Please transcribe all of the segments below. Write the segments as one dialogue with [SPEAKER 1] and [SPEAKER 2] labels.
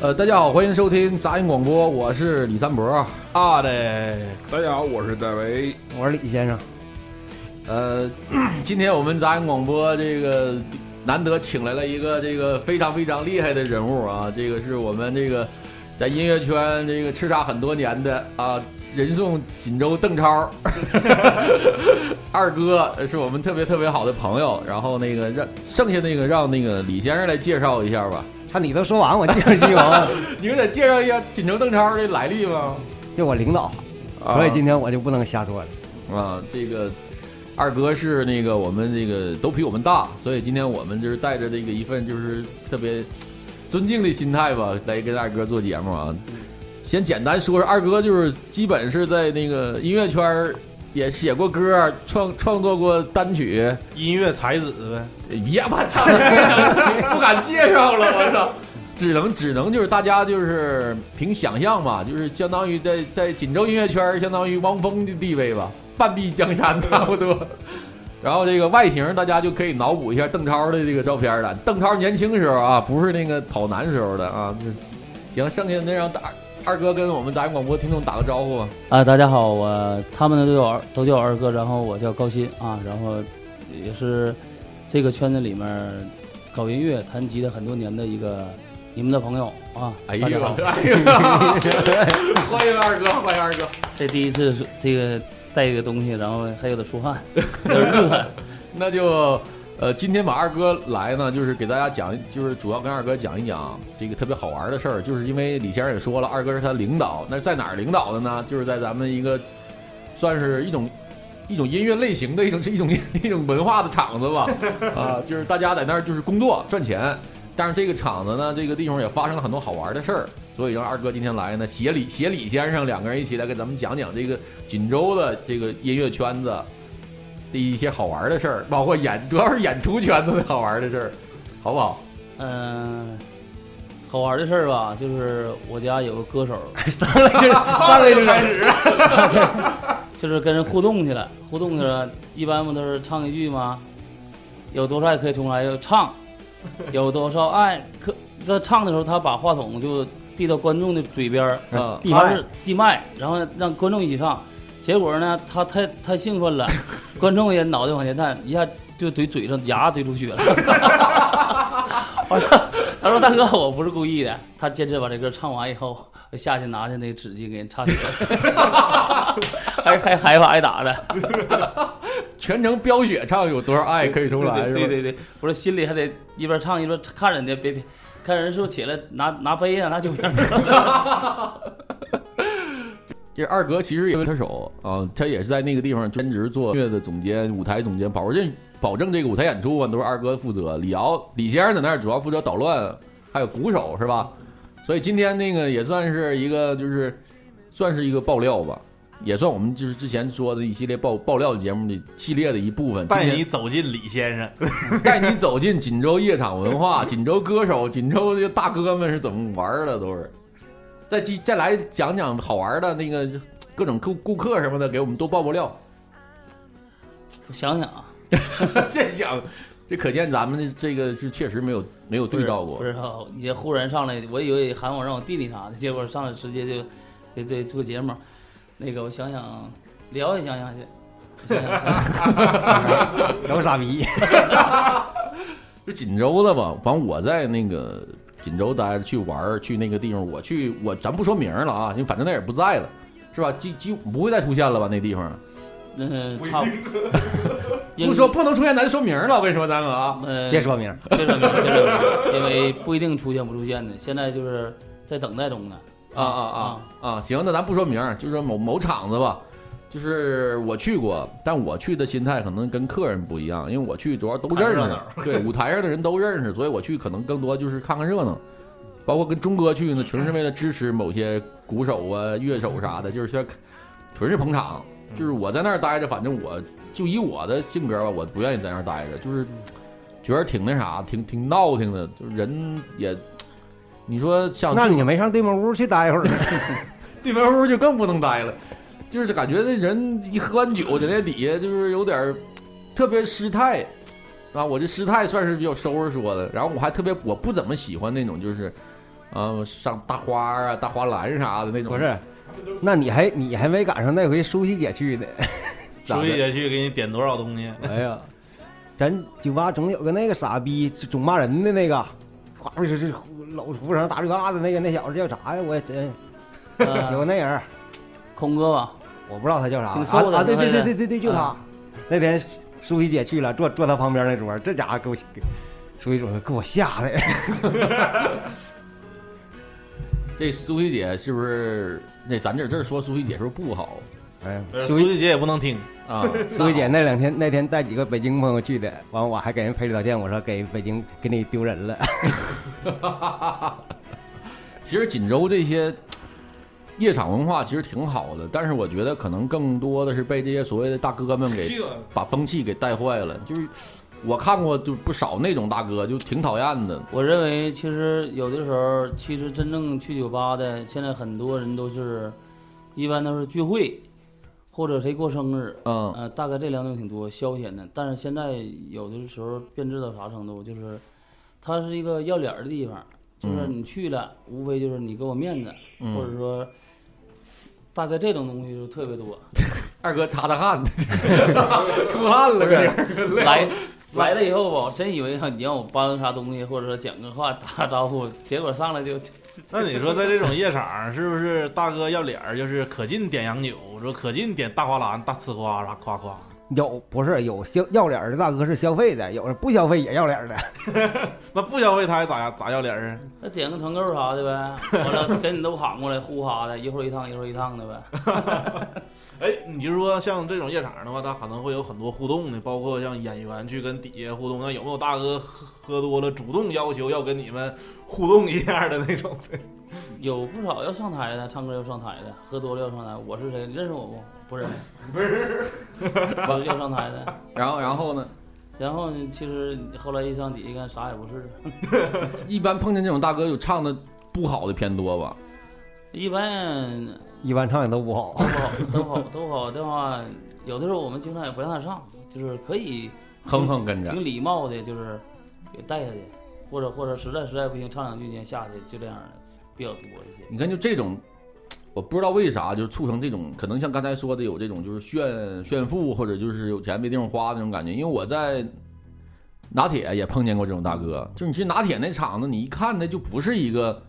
[SPEAKER 1] 呃，大家好，欢迎收听杂音广播，我是李三博。
[SPEAKER 2] 啊对，
[SPEAKER 3] 大家好，我是戴维。
[SPEAKER 2] 我是李先生。
[SPEAKER 1] 呃， 今天我们杂音广播这个难得请来了一个这个非常非常厉害的人物啊，这个是我们这个在音乐圈这个叱咤很多年的啊，人送锦州邓超， 二哥是我们特别特别好的朋友。然后那个让剩下那个让那个李先生来介绍一下吧，
[SPEAKER 4] 看你都说完，我接着继续往。
[SPEAKER 1] 你给他介绍一下锦州邓超的来历吗？
[SPEAKER 4] 就我领导，
[SPEAKER 1] 啊
[SPEAKER 4] 所以今天我就不能瞎说了。
[SPEAKER 1] 啊，这个二哥是那个我们这个都比我们大，所以今天我们就是带着这个一份就是特别尊敬的心态吧，来跟二哥做节目啊。先简单说说，二哥就是基本是在那个音乐圈儿也写过歌，创创作过单曲。
[SPEAKER 2] 音乐才子呗，
[SPEAKER 1] 别我 操，不敢介绍了，我操。只能只能就是大家就是凭想象吧，就是相当于在在锦州音乐圈儿相当于汪峰的地位吧，半壁江山差不多。 然后这个外形大家就可以脑补一下邓超的这个照片了。邓超年轻时候啊，不是那个跑男时候的啊。就是行，剩下那让大二哥跟我们咱广播听众打个招呼吧。
[SPEAKER 5] 啊，大家好，我他们都叫二都叫二哥，然后我叫高鑫啊，然后也是这个圈子里面搞音乐、弹吉他很多年的一个你们的朋友啊。
[SPEAKER 1] 哎
[SPEAKER 5] 大
[SPEAKER 1] 呀
[SPEAKER 5] 家好，，
[SPEAKER 1] 哎呀， 欢迎二哥，欢迎二哥。
[SPEAKER 5] 这第一次是这个带一个东西，然后还有点出汗， 有点热汗。
[SPEAKER 1] 那就呃，今天把二哥来呢，就是给大家讲，就是主要跟二哥讲一讲这个特别好玩的事儿，就是因为李先生也说了，二哥是他领导，那在哪儿领导的呢？就是在咱们一个算是一种。一种音乐类型的一种是一种一种文化的场子吧，啊，就是大家在那儿就是工作赚钱，但是这个场子呢，这个地方也发生了很多好玩的事儿，所以让二哥今天来呢，协理协理先生两个人一起来给咱们讲讲这个锦州的这个音乐圈子，的一些好玩的事儿，包括演，主要是演出圈子的好玩的事儿，好不好？
[SPEAKER 5] 嗯、好玩的事儿吧，就是我家有个歌手，
[SPEAKER 4] 上来就开始，
[SPEAKER 5] 就是跟人互动去了，互动去了，一般不都是唱一句吗？有多少爱可以重来，要唱， 有多少爱可在唱的时候，他把话筒就递到观众的嘴边儿，呃
[SPEAKER 1] 啊、
[SPEAKER 4] 地
[SPEAKER 5] 他
[SPEAKER 4] 脉
[SPEAKER 5] 是嗯递麦，然后让观众一起唱。结果呢，他太太兴奋 了，观众也脑袋往前探，一下就怼嘴上，牙怼出血 了。我说：“他说大哥，我不是故意的。”他坚持把这歌唱完以后，我下去拿着那个纸巾给人擦血，还还还怕挨打的。
[SPEAKER 1] 全程飙血唱有多少爱可以重来
[SPEAKER 5] 对
[SPEAKER 1] 是吧？
[SPEAKER 5] 对对对，我说心里还得一边唱一边看人家，别别看人说起来拿拿杯啊，拿酒瓶儿。
[SPEAKER 1] 这二哥其实也是歌手啊，他也是在那个地方专职做音乐的总监、舞台总监，保证保证这个舞台演出啊都是二哥负责。李敖李先生在那儿主要负责捣乱，还有鼓手是吧？所以今天那个也算是一个就是算是一个爆料吧，也算我们就是之前说的一系列爆爆料节目的系列的一部分。今
[SPEAKER 2] 带
[SPEAKER 1] 天
[SPEAKER 2] 你走进李先生。
[SPEAKER 1] 带你走进锦州夜场文化，锦州歌手、锦州这大哥们是怎么玩儿的，都是。再继再来讲讲好玩的那个各种顾顾客什么的，给我们多爆爆料。
[SPEAKER 5] 我想想啊，
[SPEAKER 1] 这想，这可见咱们的这个是确实没有没有对照过
[SPEAKER 5] 不。知道你忽然上来，我以为喊我让我弟弟啥的，结果上来直接就就对做节目。那个我想想，聊也想想去。我想想
[SPEAKER 4] 都傻逼。
[SPEAKER 1] 就锦州的吧，反正我在那个锦州待着去玩儿，去那个地方，我去我咱不说名儿了啊，因为反正那也不在了，是吧？几几乎不会再出现了吧？那地方
[SPEAKER 5] 嗯，差不多。应
[SPEAKER 1] 不说不能出现，咱就说名儿了，为什么咱们啊？
[SPEAKER 5] 呃，
[SPEAKER 4] 别说名，
[SPEAKER 5] 别说别说，别说因为不一定出现不出现的，现在就是在等待中呢。
[SPEAKER 1] 啊啊啊啊！行，那咱不说名儿，就说某某厂子吧。就是我去过，但我去的心态可能跟客人不一样，因为我去主要都认
[SPEAKER 2] 看热
[SPEAKER 1] 识，对舞台上的人都认识，所以我去可能更多就是看看热闹。包括跟钟哥去呢，纯是为了支持某些鼓手啊、乐手啥的，就是像纯是捧场。就是我在那儿待着，反正我就以我的性格吧，我不愿意在那儿待着，就是觉得挺那啥，挺挺闹挺的，就是人也，你说想去
[SPEAKER 4] 那你没上对门屋去待一会儿？
[SPEAKER 1] 对面屋就更不能待了，就是感觉这人一喝完酒在那底下就是有点儿特别失态啊。我这失态算是比较收拾说的，然后我还特别我不怎么喜欢那种就是啊，上大花儿啊、大花篮啥的那种。
[SPEAKER 4] 不是，那你还你还没赶上那回舒淇姐去呢。
[SPEAKER 1] 咋
[SPEAKER 2] 书
[SPEAKER 1] 的
[SPEAKER 2] 记姐去给你点多少东西？
[SPEAKER 4] 哎呀，咱酒吧总有个那个傻逼，就总骂人的那个，哗不是这老胡上打嘴巴子那个那小子叫啥呀？我也真有个
[SPEAKER 5] 呃
[SPEAKER 4] 那人，
[SPEAKER 5] 空哥吧，
[SPEAKER 4] 我不知道他叫啥。
[SPEAKER 5] 挺瘦的
[SPEAKER 4] 啊啊对
[SPEAKER 5] 那个
[SPEAKER 4] 对
[SPEAKER 5] 人
[SPEAKER 4] 对对对对，就他
[SPEAKER 5] 啊。
[SPEAKER 4] 那天舒淇姐去了，坐坐他旁边那桌，这家伙给我给舒淇说给我吓的。
[SPEAKER 1] 这苏西姐是不是？那咱这这说苏西姐是不是不好
[SPEAKER 4] 哎呀，
[SPEAKER 2] 呃
[SPEAKER 4] 舒
[SPEAKER 2] 书
[SPEAKER 4] 淇
[SPEAKER 2] 记姐也不能听，
[SPEAKER 1] 啊？
[SPEAKER 4] 舒淇姐那两天那天带几个北京朋友去的，完我还给人赔礼道歉，我说给北京给你丢人了。
[SPEAKER 1] 其实锦州这些夜场文化其实挺好的，但是我觉得可能更多的是被这些所谓的大哥们给把风气给带坏了。就是我看过就不少那种大哥，就挺讨厌的。
[SPEAKER 5] 我认为其实有的时候，其实真正去酒吧的，现在很多人都是，一般都是聚会，或者谁过生日，
[SPEAKER 1] 嗯，
[SPEAKER 5] 呃，大概这两种挺多消遣的。但是现在有的时候变质到啥程度，就是它是一个要脸儿的地方，就是你去了，无非就是你给我面子，
[SPEAKER 1] 嗯
[SPEAKER 5] 或者说。大概这种东西就特别多，
[SPEAKER 1] 二哥擦擦汗， 出汗了，这
[SPEAKER 5] 来来了以后吧，我真以为啊你让我帮啥东西，或者说讲个话打个招呼，结果上来就
[SPEAKER 2] 那你说在这种夜场，是不是大哥要脸儿？就是可劲点洋酒，说可劲点大花篮、大呲瓜啥夸夸。
[SPEAKER 4] 有不是有消要脸儿的大哥是消费的，有是不消费也要脸儿的。
[SPEAKER 2] 那不消费他还咋咋要脸儿啊？
[SPEAKER 5] 那点个团购啥的呗， 完了给你都喊过来，呼哈的，一会儿一趟，一会儿一趟的呗。
[SPEAKER 2] 哎，你就说像这种夜场的话，他可能会有很多互动的，包括像演员去跟底下互动。那有没有大哥喝喝多了主动要求要跟你们互动一下的那种？
[SPEAKER 5] 有不少要上台的，唱歌要上台的，喝多了要上台。我是谁？认识我不？ 不认识。不是要上台的。
[SPEAKER 1] 然后然后呢？
[SPEAKER 5] 然后呢，其实后来一上底一看，啥也不是。
[SPEAKER 1] 一般碰见这种大哥，有唱的不好的偏多吧？
[SPEAKER 5] 一般
[SPEAKER 4] 一般唱的都不好
[SPEAKER 5] 都。不好，都好，都好的话，有的时候我们经常也不让他上，就是可以
[SPEAKER 1] 哼哼跟着。
[SPEAKER 5] 挺礼貌的，就是给带下去，或者或者实在实在不行唱两句先下去，就这样的比较多一些。
[SPEAKER 1] 你看，就这种，我不知道为啥就促成这种，可能像刚才说的有这种就是炫炫富，或者就是有钱没地方花那种感觉。因为我在拿铁也碰见过这种大哥，就你去拿铁那场子，你一看那就不是一个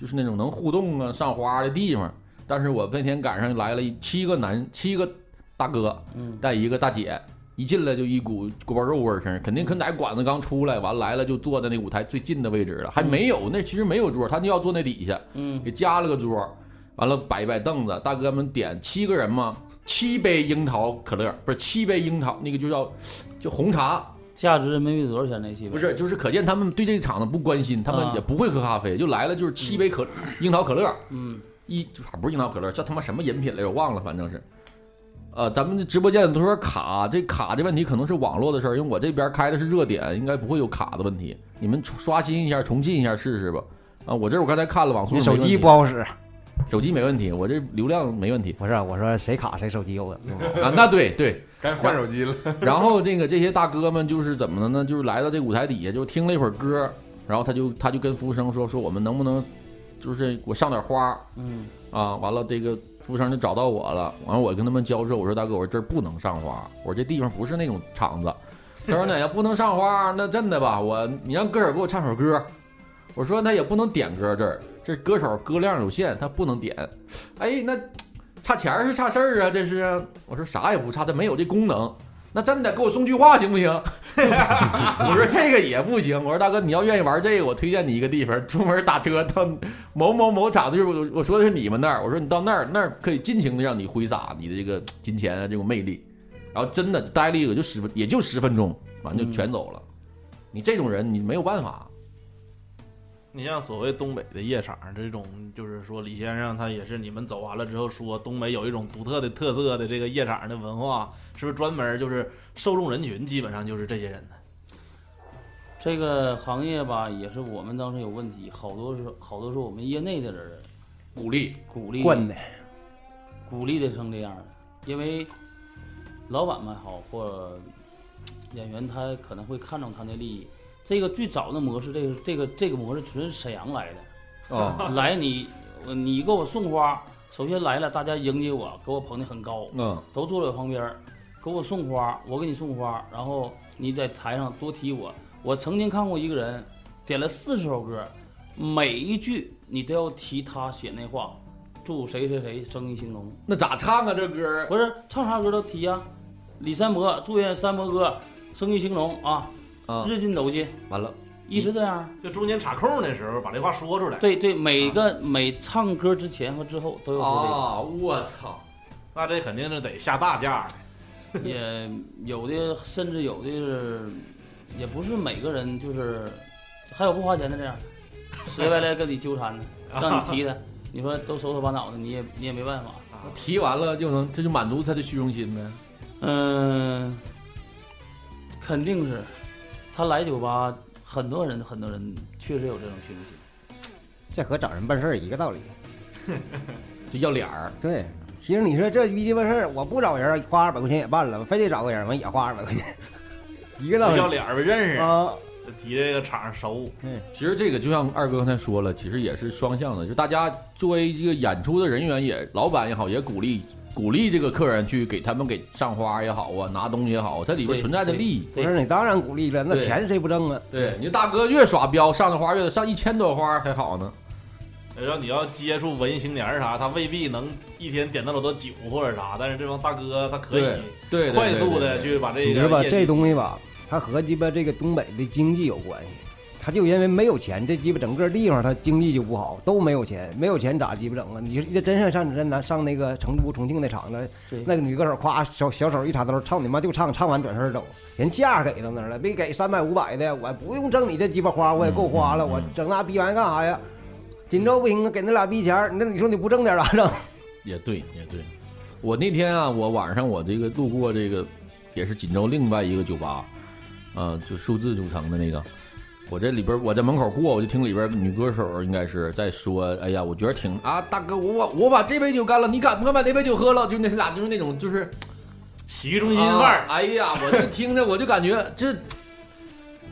[SPEAKER 1] 就是那种能互动啊、上花的地方。但是我那天赶上来了一七个男七个大哥
[SPEAKER 5] 嗯，
[SPEAKER 1] 带一个大姐。一进来就一股锅包肉味儿声，肯定可哪馆子刚出来，完来了就坐在那舞台最近的位置了，还没有那其实没有桌，他就要坐那底下，
[SPEAKER 5] 嗯，
[SPEAKER 1] 给加了个桌儿，完了摆一摆凳子，大哥们点七个人嘛，七杯樱桃可乐，不是七杯樱桃那个就叫就红茶，
[SPEAKER 5] 价值人民币多少钱那期？
[SPEAKER 1] 不，是就是可见他们对这个厂子不关心，他
[SPEAKER 5] 啊
[SPEAKER 1] 们也不会喝咖啡，就来了就是七杯可樱桃可乐，
[SPEAKER 5] 嗯，
[SPEAKER 1] 一就不是樱桃可乐，叫他妈什么饮品来着？我忘了，反正是。呃，咱们这直播间都说卡，这卡这问题可能是网络的事儿，因为我这边开的是热点，应该不会有卡的问题。你们刷新一下，重进一下试试吧。啊，我这我刚才看了网速
[SPEAKER 4] 你
[SPEAKER 1] 是没
[SPEAKER 4] 手
[SPEAKER 1] 问题
[SPEAKER 4] 机不好使，
[SPEAKER 1] 手机没问题，我这流量没问题
[SPEAKER 4] 不是我说谁卡谁手机有问 题
[SPEAKER 1] 啊。那对对，
[SPEAKER 3] 该换手机了。
[SPEAKER 1] 然后这个这些大哥们就是怎么的呢？就是来到这舞台底下，就听了一会儿歌，然后他就他就跟服务生说说我们能不能，就是给我上点花
[SPEAKER 5] 嗯，
[SPEAKER 1] 啊？完了，这个服务生就找到我了，完了我跟他们交涉，我说大哥，我说这儿不能上花，我说这地方不是那种场子。他说那要不能上花，那真的吧，我你让歌手给我唱首歌。我说那也不能点歌这儿，这歌手歌量有限，他不能点。哎，那差钱儿是差事儿啊，这是啊。我说啥也不差，他没有这功能。那真的给我送句话行不 行？我说这个也不行。我说大哥，你要愿意玩这个，我推荐你一个地方，出门打车到某某某厂，就是我我说的是你们那儿。我说你到那儿，那儿可以尽情的让你挥洒你的这个金钱啊，这种魅力。然后真的待了一个就十分，也就十分钟，完就全走了。你这种人，你没有办法。
[SPEAKER 2] 你像所谓东北的夜场这种，就是说李先生他也是你们走完了之后说东北有一种独特的特色的这个夜场的文化，是不是专门就是受众人群基本上就是这些人呢？
[SPEAKER 5] 这个行业吧，也是我们当时有问题，好多是好多是我们业内的人
[SPEAKER 1] 鼓励，
[SPEAKER 5] 鼓励
[SPEAKER 4] 惯的。
[SPEAKER 5] 鼓励的成这样的，因为老板们好或演员他 可能会看重他的利益。这个最早的模式，这个这个这个模式纯沈阳来的，
[SPEAKER 1] 啊
[SPEAKER 5] 来你我你给我送花，首先来了大家迎接我，给我捧的很高，
[SPEAKER 1] 嗯
[SPEAKER 5] 都坐在我旁边儿，给我送花，我给你送花，然后你在台上多提我。我曾经看过一个人点了四十首歌，每一句你都要提他写那话，祝谁谁谁生意兴隆。
[SPEAKER 1] 那咋唱啊这歌儿？
[SPEAKER 5] 不是唱啥歌都提呀、李三伯祝愿三伯哥生意兴隆啊，
[SPEAKER 1] 啊，
[SPEAKER 5] 日进斗金，
[SPEAKER 1] 完了，
[SPEAKER 5] 一直这样儿。
[SPEAKER 2] 就中间插空的时候把这话说出来，
[SPEAKER 5] 对对，每个每唱歌之前和之后都要说
[SPEAKER 1] 啊，我操，
[SPEAKER 2] 那这肯定是得下大价的。
[SPEAKER 5] 这 个，也有的甚至有的是，也不是每个人就是，还有不花钱的这样，谁外来跟你 纠缠呢？让你提的，你说都手手把脑的，你也你也没办法。
[SPEAKER 1] 那提完了就能，这就满足他的虚荣心呗。
[SPEAKER 5] 嗯、肯定是，他来酒吧，很多人很多人确实有这种虚荣心。
[SPEAKER 4] 这和找人办事儿一个道理。
[SPEAKER 1] 就要脸儿，
[SPEAKER 4] 对，其实你说这逼鸡巴事儿，我不找人，花二百块钱也办了，我非得找个人，完也花二百块钱， 一个道
[SPEAKER 2] 要
[SPEAKER 4] 理
[SPEAKER 2] 脸儿呗，认识，
[SPEAKER 4] 啊。
[SPEAKER 2] 这提这个场儿熟，
[SPEAKER 1] 其实这个就像二哥刚才说了，其实也是双向的，就大家作为一个演出的人员也，老板也好，也鼓励鼓励这个客人去给他们给上花也好啊，拿东西也好，它里边
[SPEAKER 5] 对
[SPEAKER 1] 存在的
[SPEAKER 5] 对
[SPEAKER 1] 利益。
[SPEAKER 4] 不是你当然鼓励了，那
[SPEAKER 1] 对
[SPEAKER 4] 钱谁不挣啊？
[SPEAKER 1] 对你大哥越耍彪，上的花越上一千朵花才好呢。
[SPEAKER 2] 然后你要接触文艺青年儿啥，他未必能一天点那么多酒或者啥，但是这帮大哥他可
[SPEAKER 1] 对
[SPEAKER 2] 以
[SPEAKER 1] 对，对
[SPEAKER 2] 快速的，
[SPEAKER 1] 对对
[SPEAKER 2] 去把这
[SPEAKER 4] 你知道
[SPEAKER 2] 个
[SPEAKER 4] 吧，
[SPEAKER 2] 业绩
[SPEAKER 4] 这东西吧，它和鸡巴这个东北的经济有关系。它就因为没有钱，这鸡巴整个地方它经济就不好，都没有钱，没有钱咋鸡巴整啊？你这真是上咱咱上那个成都、重庆那场子，
[SPEAKER 5] 对
[SPEAKER 4] 那个女歌手夸小小手一插兜，唱你妈就唱，唱完转身走，人价给到那儿了，没给三百五百的，我不用挣你这鸡巴花，我也够花了，
[SPEAKER 1] 嗯嗯
[SPEAKER 4] 我整那逼玩意干啥呀？锦州不行啊，给那俩逼钱儿，那你说你不挣点儿咋啊 整？
[SPEAKER 1] 也对也对。我那天啊，我晚上我这个路过这个，也是锦州另外一个酒吧，啊，就数字组成的那个。我这里边我在门口过，我就听里边女歌手应该是在说，哎呀，我觉得挺啊，大哥，我把我把这杯酒干了，你敢不敢把那杯酒喝了？就那俩就是那种就是
[SPEAKER 2] 洗浴中心范儿
[SPEAKER 1] 啊。哎呀，我这听着我就感觉这，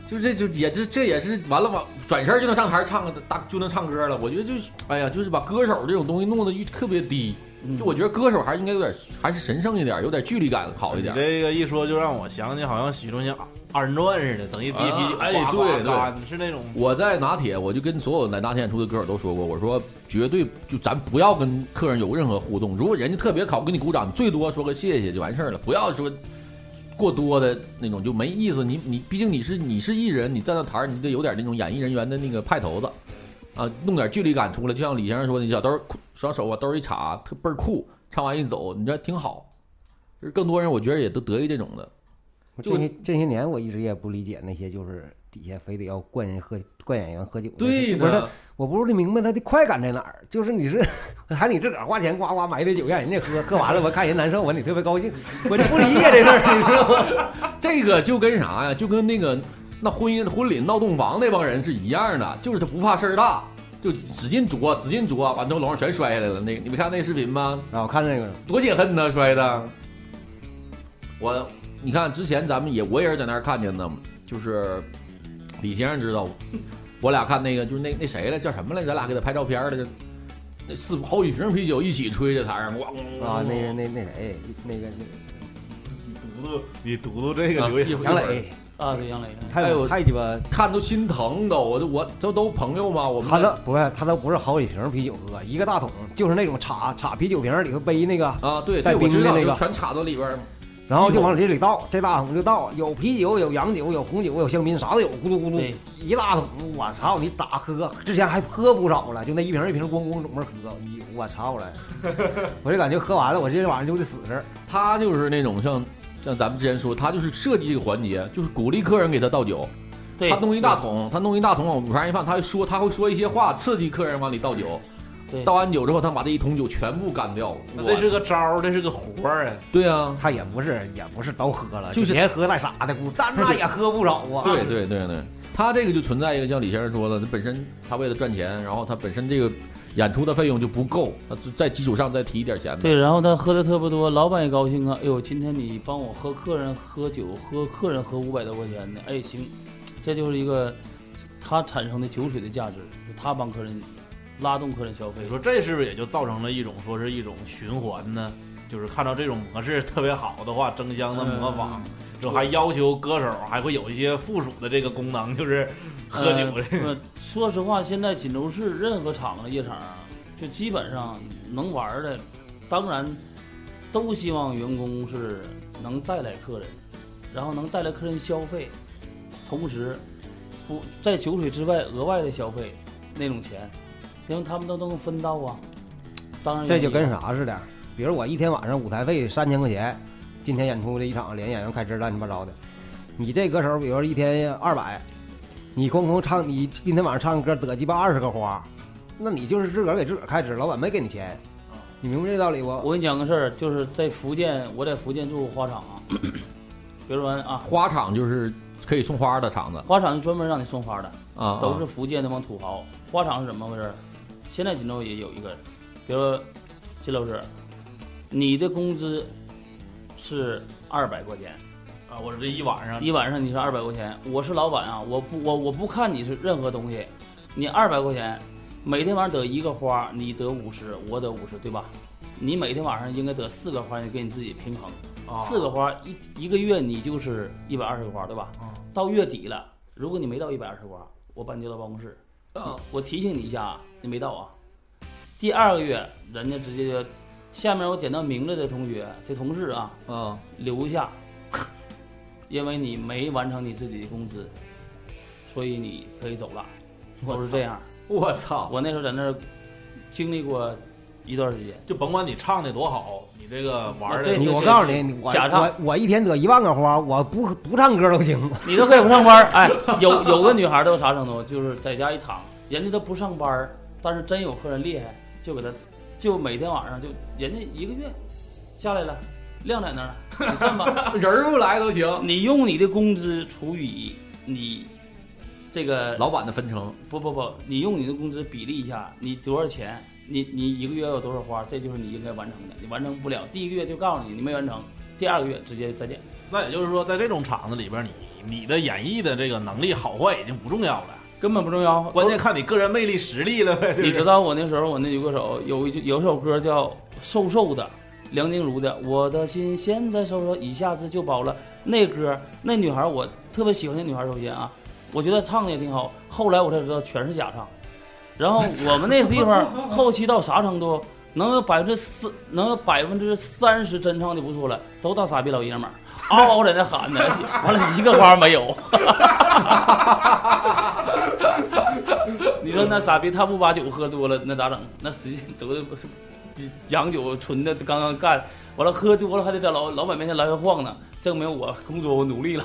[SPEAKER 1] 就这就也这这也是完了吧，转身就能上台唱个大就能唱歌了。我觉得就是哎呀，就是把歌手这种东西弄得特别低。
[SPEAKER 5] 嗯
[SPEAKER 1] 就我觉得歌手还是应该有点，还是神圣一点，有点距离感好一
[SPEAKER 2] 你
[SPEAKER 1] 点。
[SPEAKER 2] 这个一说就让我想起好像洗浴中心二人转似的，整一叠啤
[SPEAKER 1] 啊
[SPEAKER 2] 酒，
[SPEAKER 1] 哎
[SPEAKER 2] 呱呱
[SPEAKER 1] 对
[SPEAKER 2] 呱是那种
[SPEAKER 1] 我在拿铁，我就跟所有来拿铁演出的歌手都说过，我说绝对就咱不要跟客人有任何互动。如果人家特别好，跟你鼓掌，最多说个谢谢就完事儿了，不要说过多的那种就没意思。你你毕竟你是你是艺人，你站到台儿，你得有点那种演艺人员的那个派头子啊，弄点距离感出来。就像李先生说的，你小兜儿双手啊往兜儿一插，特倍儿酷，唱完一走，你这挺好。就是更多人，我觉得也都得意这种的。就
[SPEAKER 4] 这些这些年我一直也不理解那些就是底下非得要灌 人喝灌演员喝酒的，不是他，我不是明白他的快感在哪儿， 就是你是喊你自个儿花钱呱呱买一杯酒让人家喝，喝完了我看人难受，我你特别高兴， 我就不理解这事儿，你知道 吗？
[SPEAKER 1] 这个就跟啥呀？就跟那个那婚姻婚礼闹洞房那帮人是一样的，就是他不怕事儿大，就使劲啄，使劲啄，完之后楼上全摔下来了。那你没看那视频吗？
[SPEAKER 4] 啊，我看那个
[SPEAKER 1] 多解恨呐，摔的。我，你看之前咱们也我也是在那儿看见的，就是李先生知道，我俩看那个就是那那谁了，叫什么来？咱俩给他拍照片了，就那四好几瓶啤酒一起吹在台上，咣
[SPEAKER 4] 啊，那个那那谁那个
[SPEAKER 2] 你读读你读读这个
[SPEAKER 1] 啊
[SPEAKER 2] 留言，
[SPEAKER 1] 一
[SPEAKER 4] 那
[SPEAKER 1] 会儿
[SPEAKER 4] 杨磊
[SPEAKER 5] 啊，对杨磊，嗯
[SPEAKER 1] 哎
[SPEAKER 4] 太
[SPEAKER 1] 呦
[SPEAKER 4] 太鸡巴，
[SPEAKER 1] 看都心疼都，我都我这都朋友嘛，我们
[SPEAKER 4] 他都不是他都不是好几瓶啤酒喝，一个大桶就是那种插插啤酒瓶里头背那个。
[SPEAKER 1] 啊，对
[SPEAKER 4] 带
[SPEAKER 1] 对，我
[SPEAKER 4] 冰
[SPEAKER 1] 知
[SPEAKER 4] 的
[SPEAKER 1] 道，
[SPEAKER 4] 那
[SPEAKER 1] 就
[SPEAKER 4] 个
[SPEAKER 1] 全插到里边儿。
[SPEAKER 4] 然后就往这里倒，这大桶就倒，有啤酒，有洋酒，有红酒，有香槟，啥都有，咕嘟咕嘟
[SPEAKER 5] 对
[SPEAKER 4] 一大桶，我操，你咋喝？啊之前还喝不少了，就那一瓶一瓶咣咣总么喝，你我操 了，我这感觉喝完了，我今天晚上就得死这儿。
[SPEAKER 1] 他就是那种像像咱们之前说，他就是设计这个环节，就是鼓励客人给他倒酒。
[SPEAKER 5] 对，
[SPEAKER 1] 他弄一大桶，他弄一大桶往舞台上一放，他会说他会说一些话，刺激客人往里倒酒。
[SPEAKER 5] 对
[SPEAKER 1] 倒完酒之后，他把这一桶酒全部干掉。
[SPEAKER 2] 那这
[SPEAKER 1] 我
[SPEAKER 2] 是个招儿，这是个活儿啊。
[SPEAKER 1] 对啊，
[SPEAKER 4] 他也不是，也不是都喝了，
[SPEAKER 1] 就是
[SPEAKER 4] 连喝带啥的，咕，但那也喝不少 啊。
[SPEAKER 1] 对对对对，他这个就存在一个像李先生说的，他本身他为了赚钱，然后他本身这个演出的费用就不够，他在基础上再提一点钱呗。
[SPEAKER 5] 对，然后他喝的特别多，老板也高兴啊。哎呦，今天你帮我喝客人喝酒，喝客人喝五百多块钱的，哎行，这就是一个他产生的酒水的价值，就他帮客人拉动客人消费
[SPEAKER 2] 你。说这是不是也就造成了一种说是一种循环呢？就是看到这种模式特别好的话，争相的模仿，
[SPEAKER 1] 嗯
[SPEAKER 2] 之后还要求歌手还会有一些附属的这个功能，就是喝酒
[SPEAKER 1] 嗯
[SPEAKER 5] 呃
[SPEAKER 2] 这个。
[SPEAKER 5] 呃说实话，现在锦州市任何场子夜场啊，就基本上能玩儿的，当然都希望员工是能带来客人，然后能带来客人消费，同时不在酒水之外额外的消费那种钱，因为他们都能分到啊。当然，
[SPEAKER 4] 这就跟啥似的，比如我一天晚上舞台费三千块钱，今天演出这一场连演员开支乱七八糟的，你这歌手比如说一天二百，你空空唱你今天晚上唱歌得鸡巴二十个花，那你就是自个儿给自个儿开支，老板没给你钱，你明白这道理不？
[SPEAKER 5] 哦我跟你讲个事儿，就是在福建，我在福建做过花场啊，别说完啊，
[SPEAKER 1] 花场就是可以送花的场子
[SPEAKER 5] 花场是专门让你送花的。
[SPEAKER 1] 啊啊，
[SPEAKER 5] 都是福建那帮土豪。花场是怎么回事儿？现在锦州也有一个，比如说金老师，你的工资是二百块钱，
[SPEAKER 2] 啊，我这一晚上
[SPEAKER 5] 一晚上你是二百块钱。我是老板啊，我不我我不看你是任何东西，你二百块钱，每天晚上得一个花，你得五十，我得五十，对吧？你每天晚上应该得四个花，你给你自己平衡。
[SPEAKER 2] 啊
[SPEAKER 5] 四个花一一个月你就是一百二十个花，对吧？
[SPEAKER 2] 啊
[SPEAKER 5] 到月底了，如果你没到一百二十花，我把你叫到办公室。
[SPEAKER 1] 啊
[SPEAKER 5] 我提醒你一下，啊，你没到啊。第二个月，人家直接就，下面我点到名字的同学，这同事啊，
[SPEAKER 1] 啊
[SPEAKER 5] 留下， 因为你没完成你自己的工资，所以你可以走了，都是这样。
[SPEAKER 1] 我操，
[SPEAKER 5] 我那时候在那儿经历过一段时间，
[SPEAKER 2] 就甭管你唱的多好，你这个玩
[SPEAKER 5] 对
[SPEAKER 2] 的
[SPEAKER 4] 你
[SPEAKER 5] 对
[SPEAKER 4] 我告诉你，我
[SPEAKER 5] 假唱
[SPEAKER 4] 我我一天得一万个花，我不不唱歌都行。
[SPEAKER 5] 你都可以不上班 儿。哎，有有个女孩儿都啥程度，就是在家一躺，人家都不上班儿，但是真有客人厉害，就给他，就每天晚上就人家一个月下来了，晾在那儿了， 你算吧，
[SPEAKER 1] 人儿不来都行。
[SPEAKER 5] 你用你的工资除以你这个
[SPEAKER 1] 老板的分成，
[SPEAKER 5] 不不不，你用你的工资比例一下，你多少钱，你你一个月有多少花，这就是你应该完成的，你完成不了，第一个月就告诉你你没完成，第二个月直接再见。
[SPEAKER 2] 那也就是说，在这种场子里边，你你的演绎的这个能力好坏已经不重要了，
[SPEAKER 5] 根本不重要，
[SPEAKER 2] 关键看你个人魅力实力了呗。就是
[SPEAKER 5] 你知道我那时候我那有个手有一句有一首歌叫《瘦瘦的》，梁静茹的《我的心现在瘦瘦》，一下子就饱了。那歌那女孩我特别喜欢那女孩，首先啊，我觉得唱的也挺好。后来我才知道全是假唱。然后我们那地方后期到啥程度，能有百分之四，能有百分之三十真唱就不错了，都大傻逼老爷们儿，嗷嗷在那喊呢，完了一个花没有。你说那傻逼他不把酒喝多了，那咋整？那实际都是洋酒纯的，刚刚干完了，喝多了还得在老老板面前来回晃呢，证明我工作我努力了，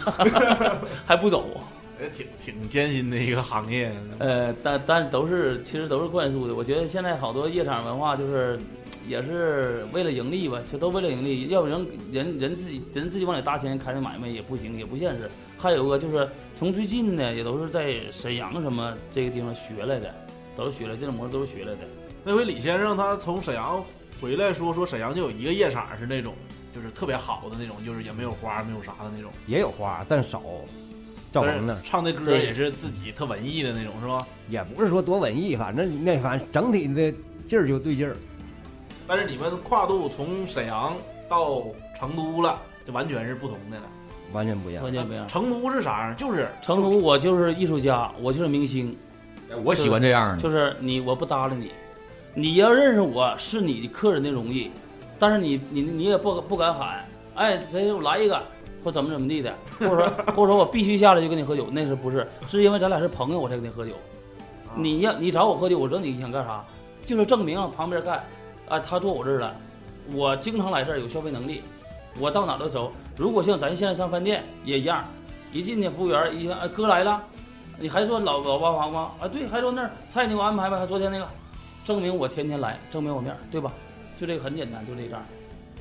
[SPEAKER 5] 还不走。
[SPEAKER 2] 也挺挺艰辛的一个行业。
[SPEAKER 5] 呃，但但都是其实都是灌输的。我觉得现在好多夜场文化就是也是为了盈利吧，就都为了盈利，要不然人人自己人自己往里搭钱开的买卖也不行，也不现实。还有个就是从最近呢，也都是在沈阳什么这个地方学来的，都是学来这种模式都是学来的。
[SPEAKER 2] 那回李先生他从沈阳回来说，说沈阳就有一个夜场是那种，就是特别好的那种，就是也没有花没有啥的那种。
[SPEAKER 4] 也有花，但少。赵
[SPEAKER 2] 但
[SPEAKER 4] 鹏那
[SPEAKER 2] 是
[SPEAKER 4] 儿
[SPEAKER 2] 唱的歌也是自己特文艺的那种，是吧？
[SPEAKER 4] 也不是说多文艺，反正那反正整体的劲儿就对劲儿。
[SPEAKER 2] 但是你们跨度从沈阳到成都了，就完全是不同的了。
[SPEAKER 4] 完全不一样
[SPEAKER 5] 关。键不一样。
[SPEAKER 2] 成都是啥样？啊就是
[SPEAKER 5] 成都，我就是艺术家，我就是明星，
[SPEAKER 4] 哎
[SPEAKER 1] 我喜欢这样的。
[SPEAKER 5] 就是你，我不搭理你。你要认识我是你的客人的容易，但是你你你也不不敢喊，哎，谁我来一个，或怎么怎么地的，或者说或者说我必须下来就跟你喝酒，那是不是？是因为咱俩是朋友我才跟你喝酒。你要你找我喝酒，我知道你想干啥，就是证明旁边干，啊，他坐我这儿了，我经常来这儿有消费能力，我到哪儿都熟。如果像咱现在上饭店也一样，一进去服务员一看，哎，哥来了，你还说老老八王吗？啊，对，还说那儿菜你给我安排吧，还昨天那个，证明我天天来，证明我面儿，对吧？就这个很简单，就这一招。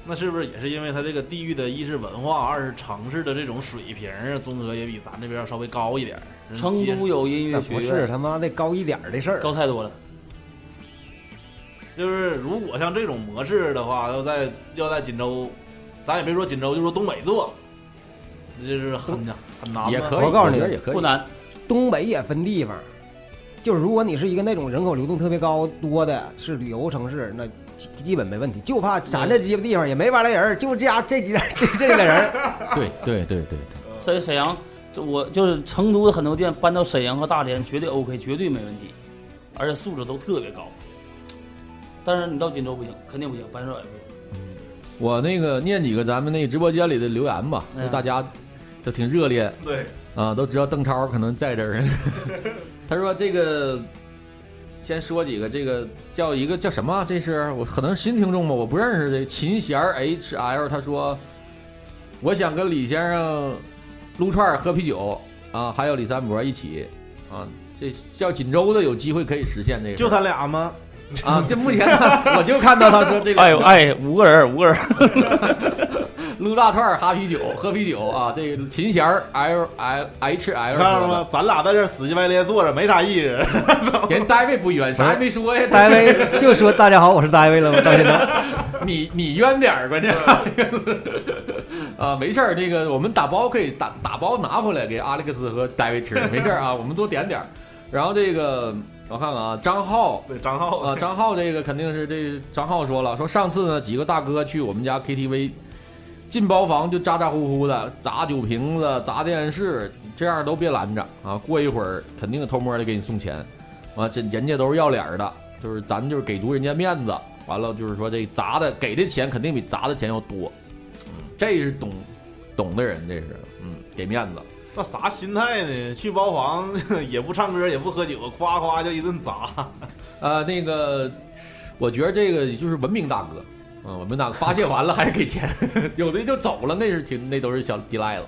[SPEAKER 2] 那是不是也是因为它这个地域的一是文化，二是城市的这种水平啊，综合也比咱这边要稍微高一点儿。人
[SPEAKER 5] 成
[SPEAKER 2] 嗯接
[SPEAKER 5] 都有音乐
[SPEAKER 4] 那
[SPEAKER 5] 学
[SPEAKER 4] 不是
[SPEAKER 5] 院，
[SPEAKER 4] 他妈的高一点儿的事儿，
[SPEAKER 5] 高太多了。
[SPEAKER 2] 就是如果像这种模式的话，要在要在锦州，咱也别说锦州，就说东北做，这是很很难的。
[SPEAKER 1] 也可以，
[SPEAKER 4] 我告诉你
[SPEAKER 1] 觉得也可以
[SPEAKER 5] 不。难，
[SPEAKER 4] 东北也分地方，就是如果你是一个那种人口流动特别高多的，是旅游城市，那基基本没问题。就怕咱
[SPEAKER 5] 嗯
[SPEAKER 4] 这鸡巴地方也没完来人儿，就这家这几家这这个人 儿，
[SPEAKER 1] 对对对对
[SPEAKER 2] 呃
[SPEAKER 5] 所以沈阳，就我就是成都的很多店搬到沈阳和大连绝对 OK，绝对没问题，而且素质都特别高。但是你到锦州不行，肯定不行，白水也不行。
[SPEAKER 1] 我那个念几个咱们那直播间里的留言吧，
[SPEAKER 5] 嗯
[SPEAKER 1] 就大家都挺热烈
[SPEAKER 2] 对，
[SPEAKER 1] 啊，都知道邓超可能在这儿。 他说这个，先说几个，这个叫一个叫什么？啊这是我可能是新听众吧，我不认识这秦弦儿 H L。他说，我想跟李先生撸串儿喝啤酒啊，还有李三伯一起啊。这叫锦州的有机会可以实现这个事
[SPEAKER 2] 就
[SPEAKER 1] 儿，
[SPEAKER 2] 他俩吗？
[SPEAKER 1] 啊，这目前呢我就看到他说这个，
[SPEAKER 5] 哎呦哎，五个人五个人，
[SPEAKER 1] 撸大串儿、哈啤酒、喝啤酒啊，这个琴弦儿 L L H
[SPEAKER 2] 你
[SPEAKER 1] L
[SPEAKER 2] 看着吗？咱俩在这儿死乞白咧坐着，没啥意思。
[SPEAKER 1] 人大卫不冤，啥也没说
[SPEAKER 5] 哎
[SPEAKER 1] 呀。
[SPEAKER 4] 大卫就说大家好，我是大卫了，我到现在
[SPEAKER 1] 你你冤点儿，关键 啊，没事儿，那个我们打包可以打打包拿回来给阿历克斯和大卫吃，没事儿啊，我们多点点儿。然后这个我看看啊，张浩
[SPEAKER 2] 对，张浩
[SPEAKER 1] 啊，张浩这个肯定是这张浩说了，说上次呢几个大哥去我们家 KTV，进包房就咋咋呼呼的砸酒瓶子、砸电视，这样都别拦着啊！过一会儿肯定偷摸的给你送钱，啊，这人家都是要脸儿的，就是咱就是给足人家面子。完了就是说这砸的给的钱肯定比砸的钱要多，嗯，这是懂懂的人，这是嗯给面子。
[SPEAKER 2] 那啥心态呢？去包房 也不唱歌，也不喝酒，夸夸就一顿砸。
[SPEAKER 1] 呃，那个，我觉得这个就是文明大哥，嗯，文明大哥发泄完了还给钱， 有的就走了，那是挺那都是小地赖了。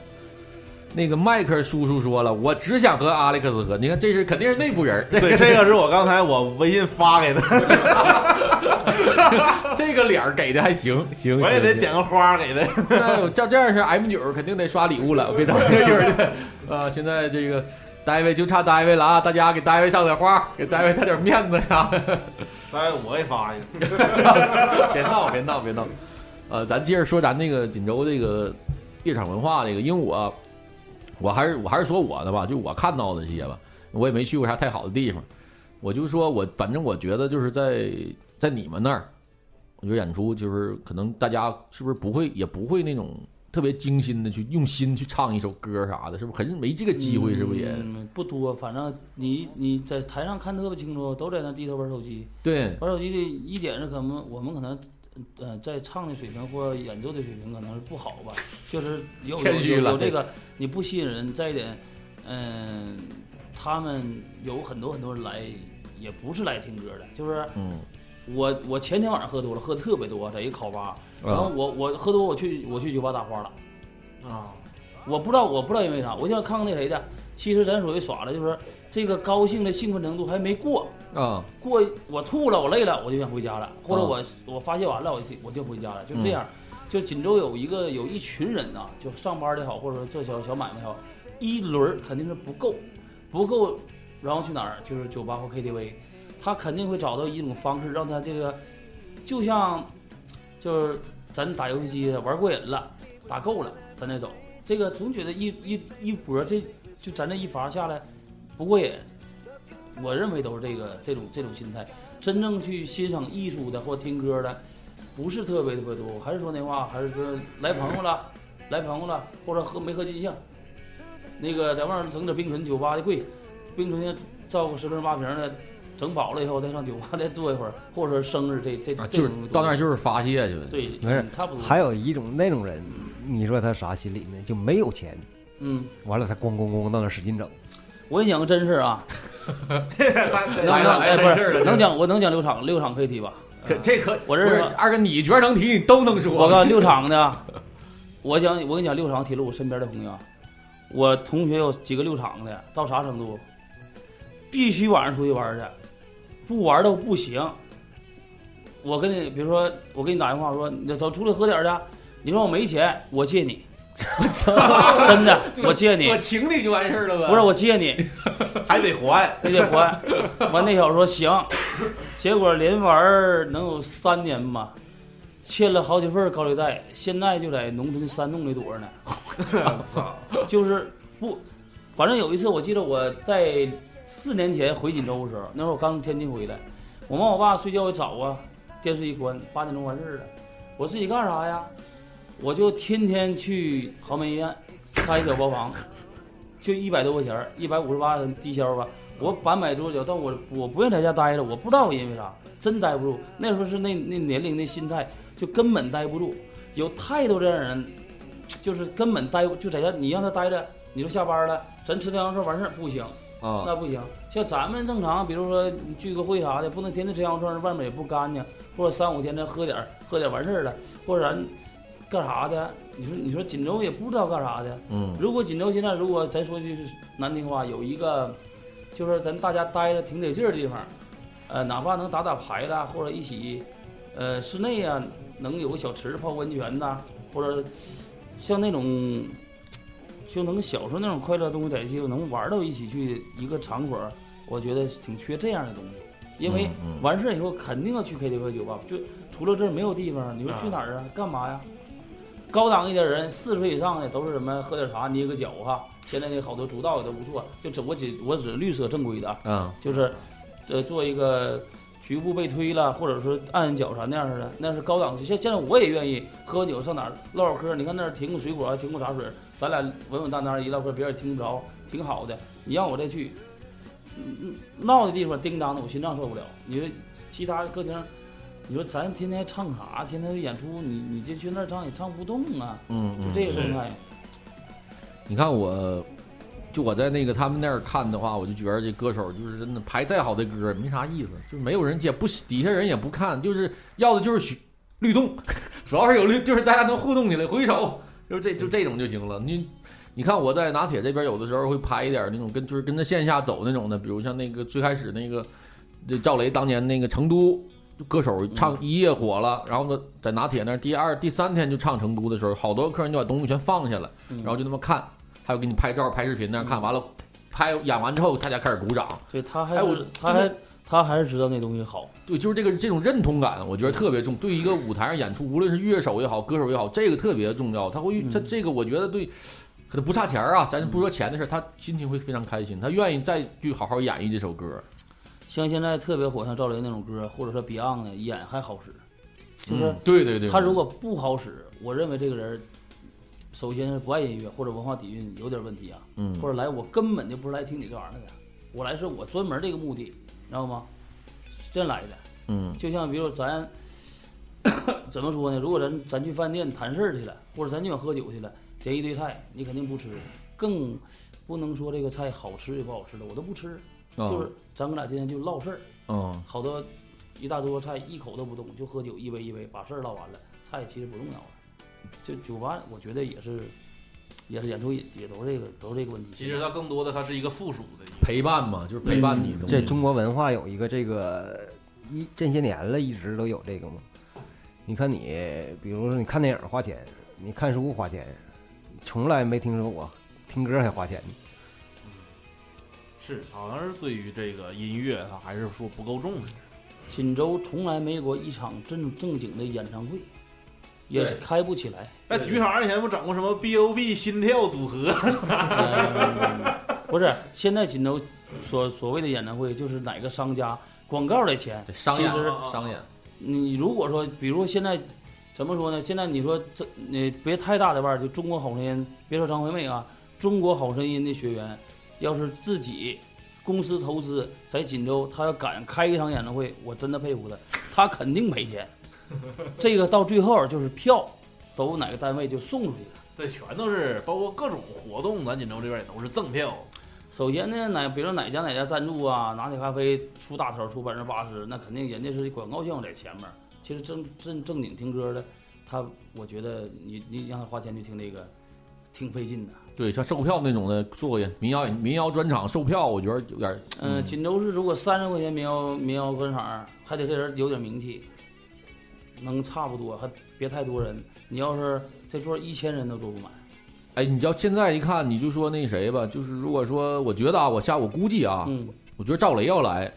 [SPEAKER 1] 那个迈克叔叔说了，我只想和阿历克斯喝。你看，这是肯定是内部人，这
[SPEAKER 2] 对，这个是我刚才我微信发给他，
[SPEAKER 1] 这个脸儿给的还行，行，
[SPEAKER 2] 我也得
[SPEAKER 1] 行。
[SPEAKER 2] 点个花给他。
[SPEAKER 1] 那我照这样是 M 九，肯定得刷礼物了，我 别等一会儿就啊，现在这个大卫就差大卫了啊，大家给大卫上点花，给大卫带点面子啥的。
[SPEAKER 2] 来，我也发 一个。
[SPEAKER 1] 别闹，别闹，别闹。呃，咱接着说咱那个锦州这个夜场文化这个，因为我我还是我还是说我的吧，就我看到的这些吧，我也没去过啥太好的地方，我就说我反正我觉得就是在在你们那儿，我觉得演出就是可能大家是不是不会也不会那种特别精心的去用心去唱一首歌啥的，是不是很没这个机会？是不是也、
[SPEAKER 5] 嗯不多，反正你你在台上看特别清楚，都在那低头玩手机。
[SPEAKER 1] 对？
[SPEAKER 5] 玩手机的一点是可能我们可能，呃，在唱的水平或演奏的水平可能是不好吧，就是有有
[SPEAKER 1] 谦虚了
[SPEAKER 5] 有有这个你不吸引人。再一点，嗯、他们有很多很多人来，也不是来听歌的，就是
[SPEAKER 1] 嗯，
[SPEAKER 5] 我我前天晚上喝多了，喝特别多，在一个烤吧，然后
[SPEAKER 1] 啊
[SPEAKER 5] 我我喝多我去我去酒吧打花了。
[SPEAKER 2] 啊，
[SPEAKER 5] 我不知道，我不知道因为啥，我想看看那谁的。其实咱所谓耍的就是这个高兴的兴奋程度还没过，
[SPEAKER 1] 啊，
[SPEAKER 5] 过我吐了，我累了，我就想回家了，或者
[SPEAKER 1] 嗯
[SPEAKER 5] 我、我发泄完了，我就我就回家了，就这样。就锦州有一个有一群人呐、就上班的好，或者说做小小买卖也好，一轮儿肯定是不够，不够，然后去哪儿？就是酒吧或 KTV，他肯定会找到一种方式让他这个，就像就是咱打游戏机玩过瘾了，打够了，咱再走。这个总觉得一一一波这就咱这一伐下来不过瘾，我认为都是这个这种这种心态。真正去欣赏艺术的或听歌的，不是特别特别多。我还是说那话，还是说来朋友了，来朋友了，或者喝没喝尽兴，那个在外面整点冰醇，酒吧的贵，冰醇造个十瓶八瓶的，整饱了以后再上酒吧再坐一会儿，或者说生日这这
[SPEAKER 1] 啊
[SPEAKER 5] 这
[SPEAKER 1] 就是
[SPEAKER 5] 种东西
[SPEAKER 1] 到那儿就是发泄去了。啊
[SPEAKER 5] 对，
[SPEAKER 4] 没事
[SPEAKER 5] 嗯差不多。
[SPEAKER 4] 还有一种那种人，你说他啥心理呢？就没有钱，
[SPEAKER 5] 嗯，
[SPEAKER 4] 完了他咣咣咣到那使劲整。
[SPEAKER 5] 我跟你讲个真事儿啊， 能
[SPEAKER 1] 来
[SPEAKER 5] 不
[SPEAKER 1] 了
[SPEAKER 5] 能
[SPEAKER 1] 来
[SPEAKER 5] 哎
[SPEAKER 1] 真
[SPEAKER 5] 不
[SPEAKER 1] 事儿了
[SPEAKER 5] 是能讲我能讲六场六场可以提吧？
[SPEAKER 1] 可这可不
[SPEAKER 5] 我认识
[SPEAKER 1] 是二哥，你觉得能提，你都能说。
[SPEAKER 5] 我告诉你，六场的，我讲我跟你讲六场铁路，我身边的朋友啊，我同学有几个六场的，到啥程度？必须晚上出去玩去，不玩都不行。我跟你，比如说，我给你打电话说，你走出来喝点儿去，你说我没钱，我借你， 真的，我借你
[SPEAKER 1] 我，请你就完事儿了呗。
[SPEAKER 5] 不是我借你，
[SPEAKER 2] 还得还。
[SPEAKER 5] 你得 还。完那小子说行，结果连玩儿能有三年吧，欠了好几份儿高利贷，现在就在农村山洞里躲着呢。
[SPEAKER 2] 操！
[SPEAKER 5] 就是不，反正有一次我记得我在四年前回锦州的时候，那会儿我刚天津回来，我妈我爸睡觉早啊，电视一关，八点钟完事儿了。我自己干啥呀？我就天天去豪门医院开小包房，就一百多块钱，一百五十八低消吧。我板买桌脚，但我我不愿意在家待着，我不知道我因为啥，真待不住。那时候是那那年龄那心态，就根本待不住。有太多这样人，就是根本待不就在家，你让他待着，你说下班了，咱吃顿羊肉串完事儿不行，
[SPEAKER 1] 啊
[SPEAKER 5] 那不行。像咱们正常，比如说你聚个会啥的，不能天天吃羊肉串，外面也不干净，或者三五天咱喝点儿喝点儿完事儿了，或者咱干啥的？你说你说锦州也不知道干啥的。
[SPEAKER 1] 嗯
[SPEAKER 5] 如果锦州现在如果咱说句难听话，有一个就是咱大家待着挺得劲儿的地方，呃，哪怕能打打牌的，或者一起，呃，室内啊能有个小池子泡温泉的，或者像那种就能小时候那种快乐的东西在一起，能玩到一起去一个场所，我觉得挺缺这样的东西，因为
[SPEAKER 1] 嗯嗯
[SPEAKER 5] 完事儿以后肯定要去 KTV 和酒吧，就除了这儿没有地方，你说去哪儿啊？干嘛呀？高档一点人，四十岁以上的都是什么喝点茶捏个脚哈。现在那好多主道也都不错，就只我只我指绿色正规的啊，
[SPEAKER 1] 啊
[SPEAKER 5] 就是，呃，做一个局部被推了，或者说按脚啥那样似的，那是高档。现现在我也愿意喝完酒上哪儿唠唠嗑儿，你看那儿停个水果，停个茶水，咱俩稳稳当当一唠嗑，别人也听不着，挺好的。你让我再去，嗯嗯闹的地方叮当的，我心脏受不了。你说其他歌厅，你说咱天天唱啥？天天演出，你你这去那儿唱也唱不动啊，
[SPEAKER 1] 嗯
[SPEAKER 5] 就
[SPEAKER 1] 嗯
[SPEAKER 5] 这个
[SPEAKER 2] 是
[SPEAKER 5] 状态。
[SPEAKER 1] 你看我，就我在那个他们那儿看的话，我就觉得这歌手就是真的排再好的歌没啥意思，就是没有人接，不喜底下人也不看，就是要的就是许律动， 主要是有律，就是大家能互动起来，挥手，就是这就这种就行了。你你看我在拿铁这边有的时候会拍一点那种跟就是跟着线下走那种的，比如像那个最开始那个这赵雷当年那个成都。歌手唱一夜火了，然后呢，在拿铁那儿第二、第三天就唱成都的时候，好多客人就把东西全放下了，
[SPEAKER 5] 嗯
[SPEAKER 1] 然后就那么看，还有给你拍照、拍视频那样看，完了拍演完之后，大家开始鼓掌，
[SPEAKER 5] 对他还
[SPEAKER 1] 哎
[SPEAKER 5] 是、
[SPEAKER 1] 我
[SPEAKER 5] 他还他还是知道那东西好。
[SPEAKER 1] 对，就是这个这种认同感，我觉得特别重。对一个舞台上演出，无论是乐手也好，歌手也好，这个特别重要。他会，
[SPEAKER 5] 嗯
[SPEAKER 1] 他这个我觉得对，可能不差钱儿啊，咱不说钱的事儿，他心情会非常开心，他愿意再去好好演绎这首歌。
[SPEAKER 5] 像现在特别火，像赵雷那种歌，或者说 Beyond 的演还好使，就是
[SPEAKER 1] 嗯对对对，
[SPEAKER 5] 他如果不好使，我认为这个人首先是不爱音乐或者文化底蕴有点问题啊，
[SPEAKER 1] 嗯，
[SPEAKER 5] 或者来我根本就不是来听你这玩意儿的，我来是我专门这个目的，你知道吗？是这样来的。
[SPEAKER 1] 嗯
[SPEAKER 5] 就像比如咱 怎么说呢？如果咱咱去饭店谈事儿去了，或者咱就想喝酒去了，点一堆菜，你肯定不吃，更不能说这个菜好吃与不好吃了，我都不吃，
[SPEAKER 1] 啊
[SPEAKER 5] 就是咱哥俩今天就唠事儿。
[SPEAKER 1] 嗯
[SPEAKER 5] 好多一大桌菜一口都不动，就喝酒一杯一杯把事儿唠完了，菜其实不重要了。就酒吧，我觉得也是，也是演出也也都是这个都是这个问题。
[SPEAKER 2] 其实它更多的它是一个附属的一个，
[SPEAKER 1] 陪伴嘛，就是陪伴你的东西。
[SPEAKER 4] 嗯这中国文化有一个这个一这些年了，一直都有这个嘛。你看你，比如说你看电影花钱，你看书花钱，从来没听说过听歌还花钱的。
[SPEAKER 2] 是好像是对于这个音乐它还是说不够重视。
[SPEAKER 5] 锦州从来没过一场正正经的演唱会，也是
[SPEAKER 1] 对
[SPEAKER 5] 开不起来。
[SPEAKER 2] 哎，体育场以前不整过什么 B O B 心跳组合？
[SPEAKER 5] 嗯不是，现在锦州所所谓的演唱会，就是哪个商家广告的钱，
[SPEAKER 1] 对商演
[SPEAKER 5] 其实
[SPEAKER 1] 商演，
[SPEAKER 5] 你如果说，比如现在怎么说呢？现在你说这你别太大的腕儿，就中国好声音，别说张惠妹啊，中国好声音的学员，要是自己公司投资在锦州，他要敢开一场演唱会，我真的佩服他，他肯定赔钱。这个到最后就是票都哪个单位就送出去了。
[SPEAKER 2] 对，全都是包括各种活动，咱锦州这边也都是赠票。
[SPEAKER 5] 首先呢，哪比如哪家哪家赞助啊，拿铁咖啡出大头，出百分之八十，那肯定人家是广告项目在前面儿。其实正正正经听歌的，他我觉得你你让他花钱去听这个，挺费劲的。
[SPEAKER 1] 对，像售票那种的，做个民谣民谣专场售票，我觉得有点儿
[SPEAKER 5] 嗯，锦州市如果三十块钱民谣民谣专场，还得这人有点名气，能差不多，还别太多人。你要是这桌一千人都坐不满，
[SPEAKER 1] 哎，你知道现在一看，你就说那谁吧，就是如果说，我觉得啊，我下我估计啊，
[SPEAKER 5] 嗯，
[SPEAKER 1] 我觉得赵雷要来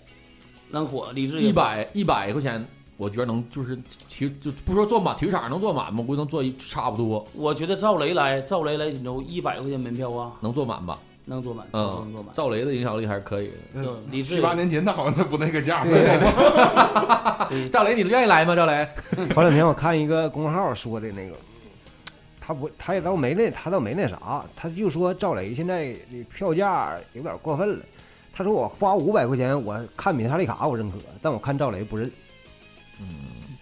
[SPEAKER 5] 能火，李志也
[SPEAKER 1] 一百一百块钱，我觉得能就是体就不说坐满体育场能坐满吗？估计能坐一差不多
[SPEAKER 5] 火。我觉得赵雷来，赵雷来锦州一百块钱门票啊，
[SPEAKER 1] 能坐满吧？
[SPEAKER 5] 能坐满，
[SPEAKER 1] 嗯
[SPEAKER 5] 能坐满。
[SPEAKER 1] 赵雷的影响力还是可以的。
[SPEAKER 5] 就李志
[SPEAKER 3] 七八年前他好像他不那个价，
[SPEAKER 4] 啊对，
[SPEAKER 5] 对
[SPEAKER 1] 赵雷，你愿意来吗？赵雷，
[SPEAKER 4] 头两天我看一个公众号说的那个，他不，他也倒没那，他倒没那啥，他就说赵雷现在这票价有点过分了。他说我花五百块钱，我看米特利卡我认可，但我看赵雷不认。嗯，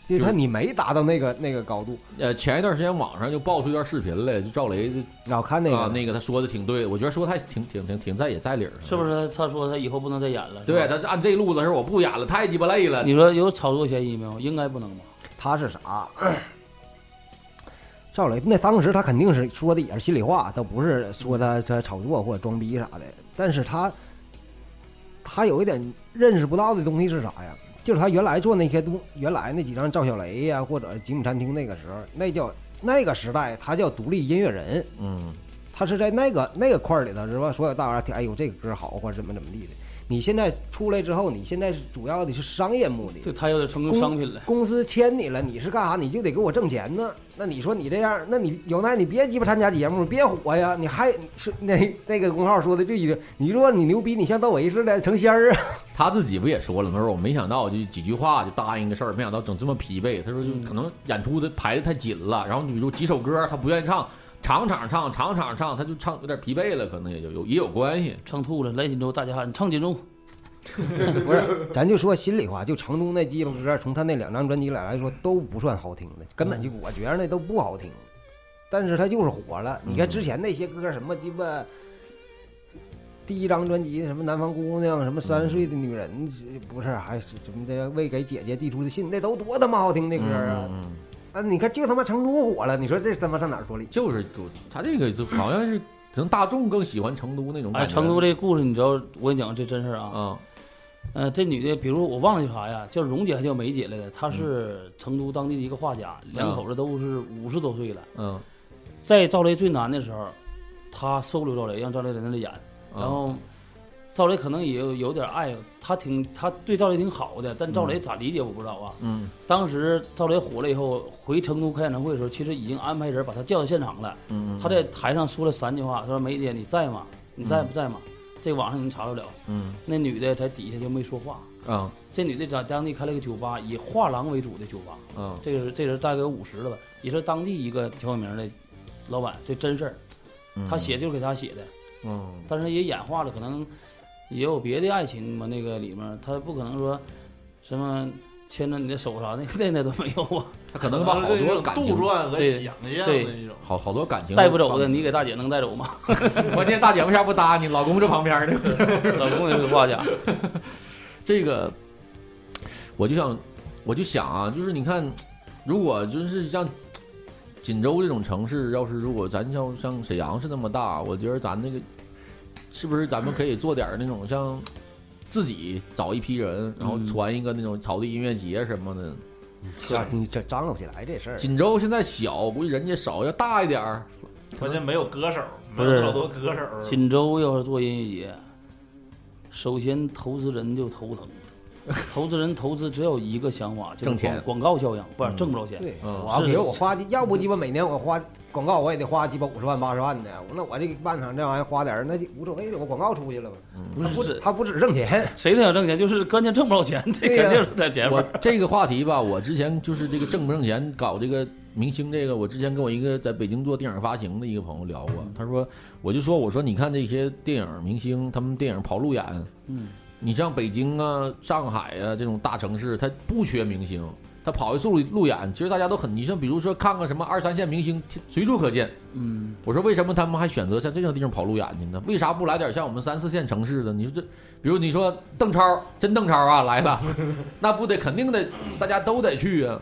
[SPEAKER 4] 就是他你没达到那个那个高度，
[SPEAKER 1] 呃，前一段时间网上就爆出一段视频来，就赵雷就
[SPEAKER 4] 老看那个、
[SPEAKER 1] 啊那个他说的挺对的，我觉得说太挺挺挺挺在也在理儿上，
[SPEAKER 5] 是不？是他说他以后不能再演了？是吧
[SPEAKER 1] 对，，他按这路子是我不演了，太鸡巴累了。
[SPEAKER 5] 你说有炒作嫌疑没有？应该不能吧？
[SPEAKER 4] 他是啥？ 赵雷那当时他肯定是说的也是心里话，倒不是说他他炒作或者装逼啥的。但是他他有一点认识不到的东西是啥呀？就是他原来做那些东，原来那几张赵小雷呀、或者吉姆餐厅那个时候，那叫那个时代，他叫独立音乐人，
[SPEAKER 1] 嗯，
[SPEAKER 4] 他是在那个那个块儿里头是吧？所有大家听，哎呦这个歌好或者怎么怎么地的。你现在出来之后，你现在是主要的是商业目的，
[SPEAKER 5] 对他有点成
[SPEAKER 4] 公
[SPEAKER 5] 功商品了。
[SPEAKER 4] 公司签你了，你是干啥？你就得给我挣钱呢。那你说你这样，那你有那你别鸡巴参加节目，别火呀！你还是那那个公号说的就一句，你说你牛逼，你像窦唯似的成仙儿啊！
[SPEAKER 1] 他自己不也说了吗？他说我没想到，就几句话就答应个事儿，没想到整这么疲惫。他说就
[SPEAKER 5] 嗯
[SPEAKER 1] 可能演出的排的太紧了，然后比如几首歌他不愿意唱，场场唱，场场唱，他就唱有点疲惫了，可能也就有也有关系。
[SPEAKER 5] 唱吐了，来锦州大家喊唱锦州，
[SPEAKER 4] 不是，咱就说心里话，就成都那鸡巴歌，从他那两张专辑来来说都不算好听的，根本就我觉得那都不好听。但是他就是火了。你看之前那些歌，什么鸡巴。第一张专辑什么《南方姑娘》，什么《三十岁的女人》，不是还是什么的为给姐姐递出的信，那都多他妈好听的歌啊！
[SPEAKER 1] 嗯嗯嗯
[SPEAKER 4] 啊，你看就他妈成都火了，你说这他妈上哪儿说理？
[SPEAKER 1] 就是就他这个就好像是可能大众更喜欢成都那种感
[SPEAKER 5] 哎，
[SPEAKER 1] 觉。
[SPEAKER 5] 成都这故事你知道，我跟你讲这真事儿啊。
[SPEAKER 1] 啊，
[SPEAKER 5] 呃，这女的，比如我忘了叫啥呀，叫蓉姐还叫梅姐来的，她是成都当地的一个画家，两口子都是五十多岁了。
[SPEAKER 1] 嗯，
[SPEAKER 5] 在赵雷最难的时候，她收留赵雷，让赵雷在那里演，
[SPEAKER 1] 嗯
[SPEAKER 5] 然后赵雷可能也有有点爱她，挺她对赵雷挺好的，但赵雷咋理解我不知道啊。
[SPEAKER 1] 嗯
[SPEAKER 5] 当时赵雷火了以后，回成都开演唱会的时候，其实已经安排人把他叫到现场了。
[SPEAKER 1] 嗯，
[SPEAKER 5] 他在台上说了三句话，他说：“梅姐，你在吗？你在不在吗？”这网上你能查得了。
[SPEAKER 1] 嗯
[SPEAKER 5] 那女的在底下就没说话。
[SPEAKER 1] 啊
[SPEAKER 5] 这女的在当地开了个酒吧，以画廊为主的酒吧。
[SPEAKER 1] 啊
[SPEAKER 5] 这个是这人大概有五十了吧，也是当地一个挺有名的老板，这真事儿。他写就是给他写的，
[SPEAKER 1] 嗯
[SPEAKER 5] 但是也演化了，可能也有别的爱情吧。那个里面他不可能说什么牵着你的 手啥，那个那那都没有啊。
[SPEAKER 1] 他可能把好
[SPEAKER 2] 这
[SPEAKER 1] 多
[SPEAKER 2] 种
[SPEAKER 1] 感
[SPEAKER 2] 杜
[SPEAKER 1] 情
[SPEAKER 2] 撰和
[SPEAKER 5] 对
[SPEAKER 2] 想象
[SPEAKER 5] 对
[SPEAKER 2] 的一种。
[SPEAKER 1] 好好多感情
[SPEAKER 5] 带不走的，你给大姐能带走吗？
[SPEAKER 1] 关键大姐为啥不搭你？老公这旁边呢？
[SPEAKER 5] 老公也是个画家，
[SPEAKER 1] 这个，我就想，我就想啊，就是你看，如果就是像锦州这种城市，要是如果咱要像沈阳是那么大，我觉得咱那个是不是咱们可以做点儿那种像自己找一批人，然后
[SPEAKER 5] 嗯
[SPEAKER 1] 传一个那种草地音乐节什么的。
[SPEAKER 4] 这你这张罗不起来这事儿。
[SPEAKER 1] 锦州现在小，估计人家少，要大一点儿，
[SPEAKER 2] 关键没有歌手，
[SPEAKER 5] 不
[SPEAKER 2] 没
[SPEAKER 5] 是
[SPEAKER 2] 有好多歌手，
[SPEAKER 5] 锦州要是做音乐节，首先投资人就头疼，投资人投资只有一个想法，就是
[SPEAKER 1] 挣钱
[SPEAKER 5] 广广告效应，不是
[SPEAKER 1] 嗯
[SPEAKER 5] 挣不着钱。
[SPEAKER 4] 对，
[SPEAKER 1] 嗯
[SPEAKER 4] 我
[SPEAKER 5] 是
[SPEAKER 4] 比如我花，要不鸡巴每年我花广告我也得花鸡巴五十万八十万的，那我这个办场这玩意儿花点儿那就无所谓了，我广告出去了嘛。
[SPEAKER 5] 不
[SPEAKER 4] 嗯他不
[SPEAKER 5] 是
[SPEAKER 4] 他不止挣钱，
[SPEAKER 5] 谁都想挣钱，就是关键挣不着钱，这
[SPEAKER 4] 对呀
[SPEAKER 5] 肯定是在前面
[SPEAKER 1] 我。这个话题吧，我之前就是这个挣不挣钱搞这个明星这个，我之前跟我一个在北京做电影发行的一个朋友聊过，他说，我就说我说你看这些电影明星，他们电影跑路演，
[SPEAKER 5] 嗯，
[SPEAKER 1] 你像北京啊、上海啊这种大城市，他不缺明星，他跑一次路路演，其实大家都很，你像比如说看看什么二三线明星，随处可见。
[SPEAKER 5] 嗯，
[SPEAKER 1] 我说为什么他们还选择像这种地方跑路演去呢？为啥不来点像我们三四线城市的？你说这，比如你说邓超，真邓超啊来了，那不得肯定得大家都得去啊。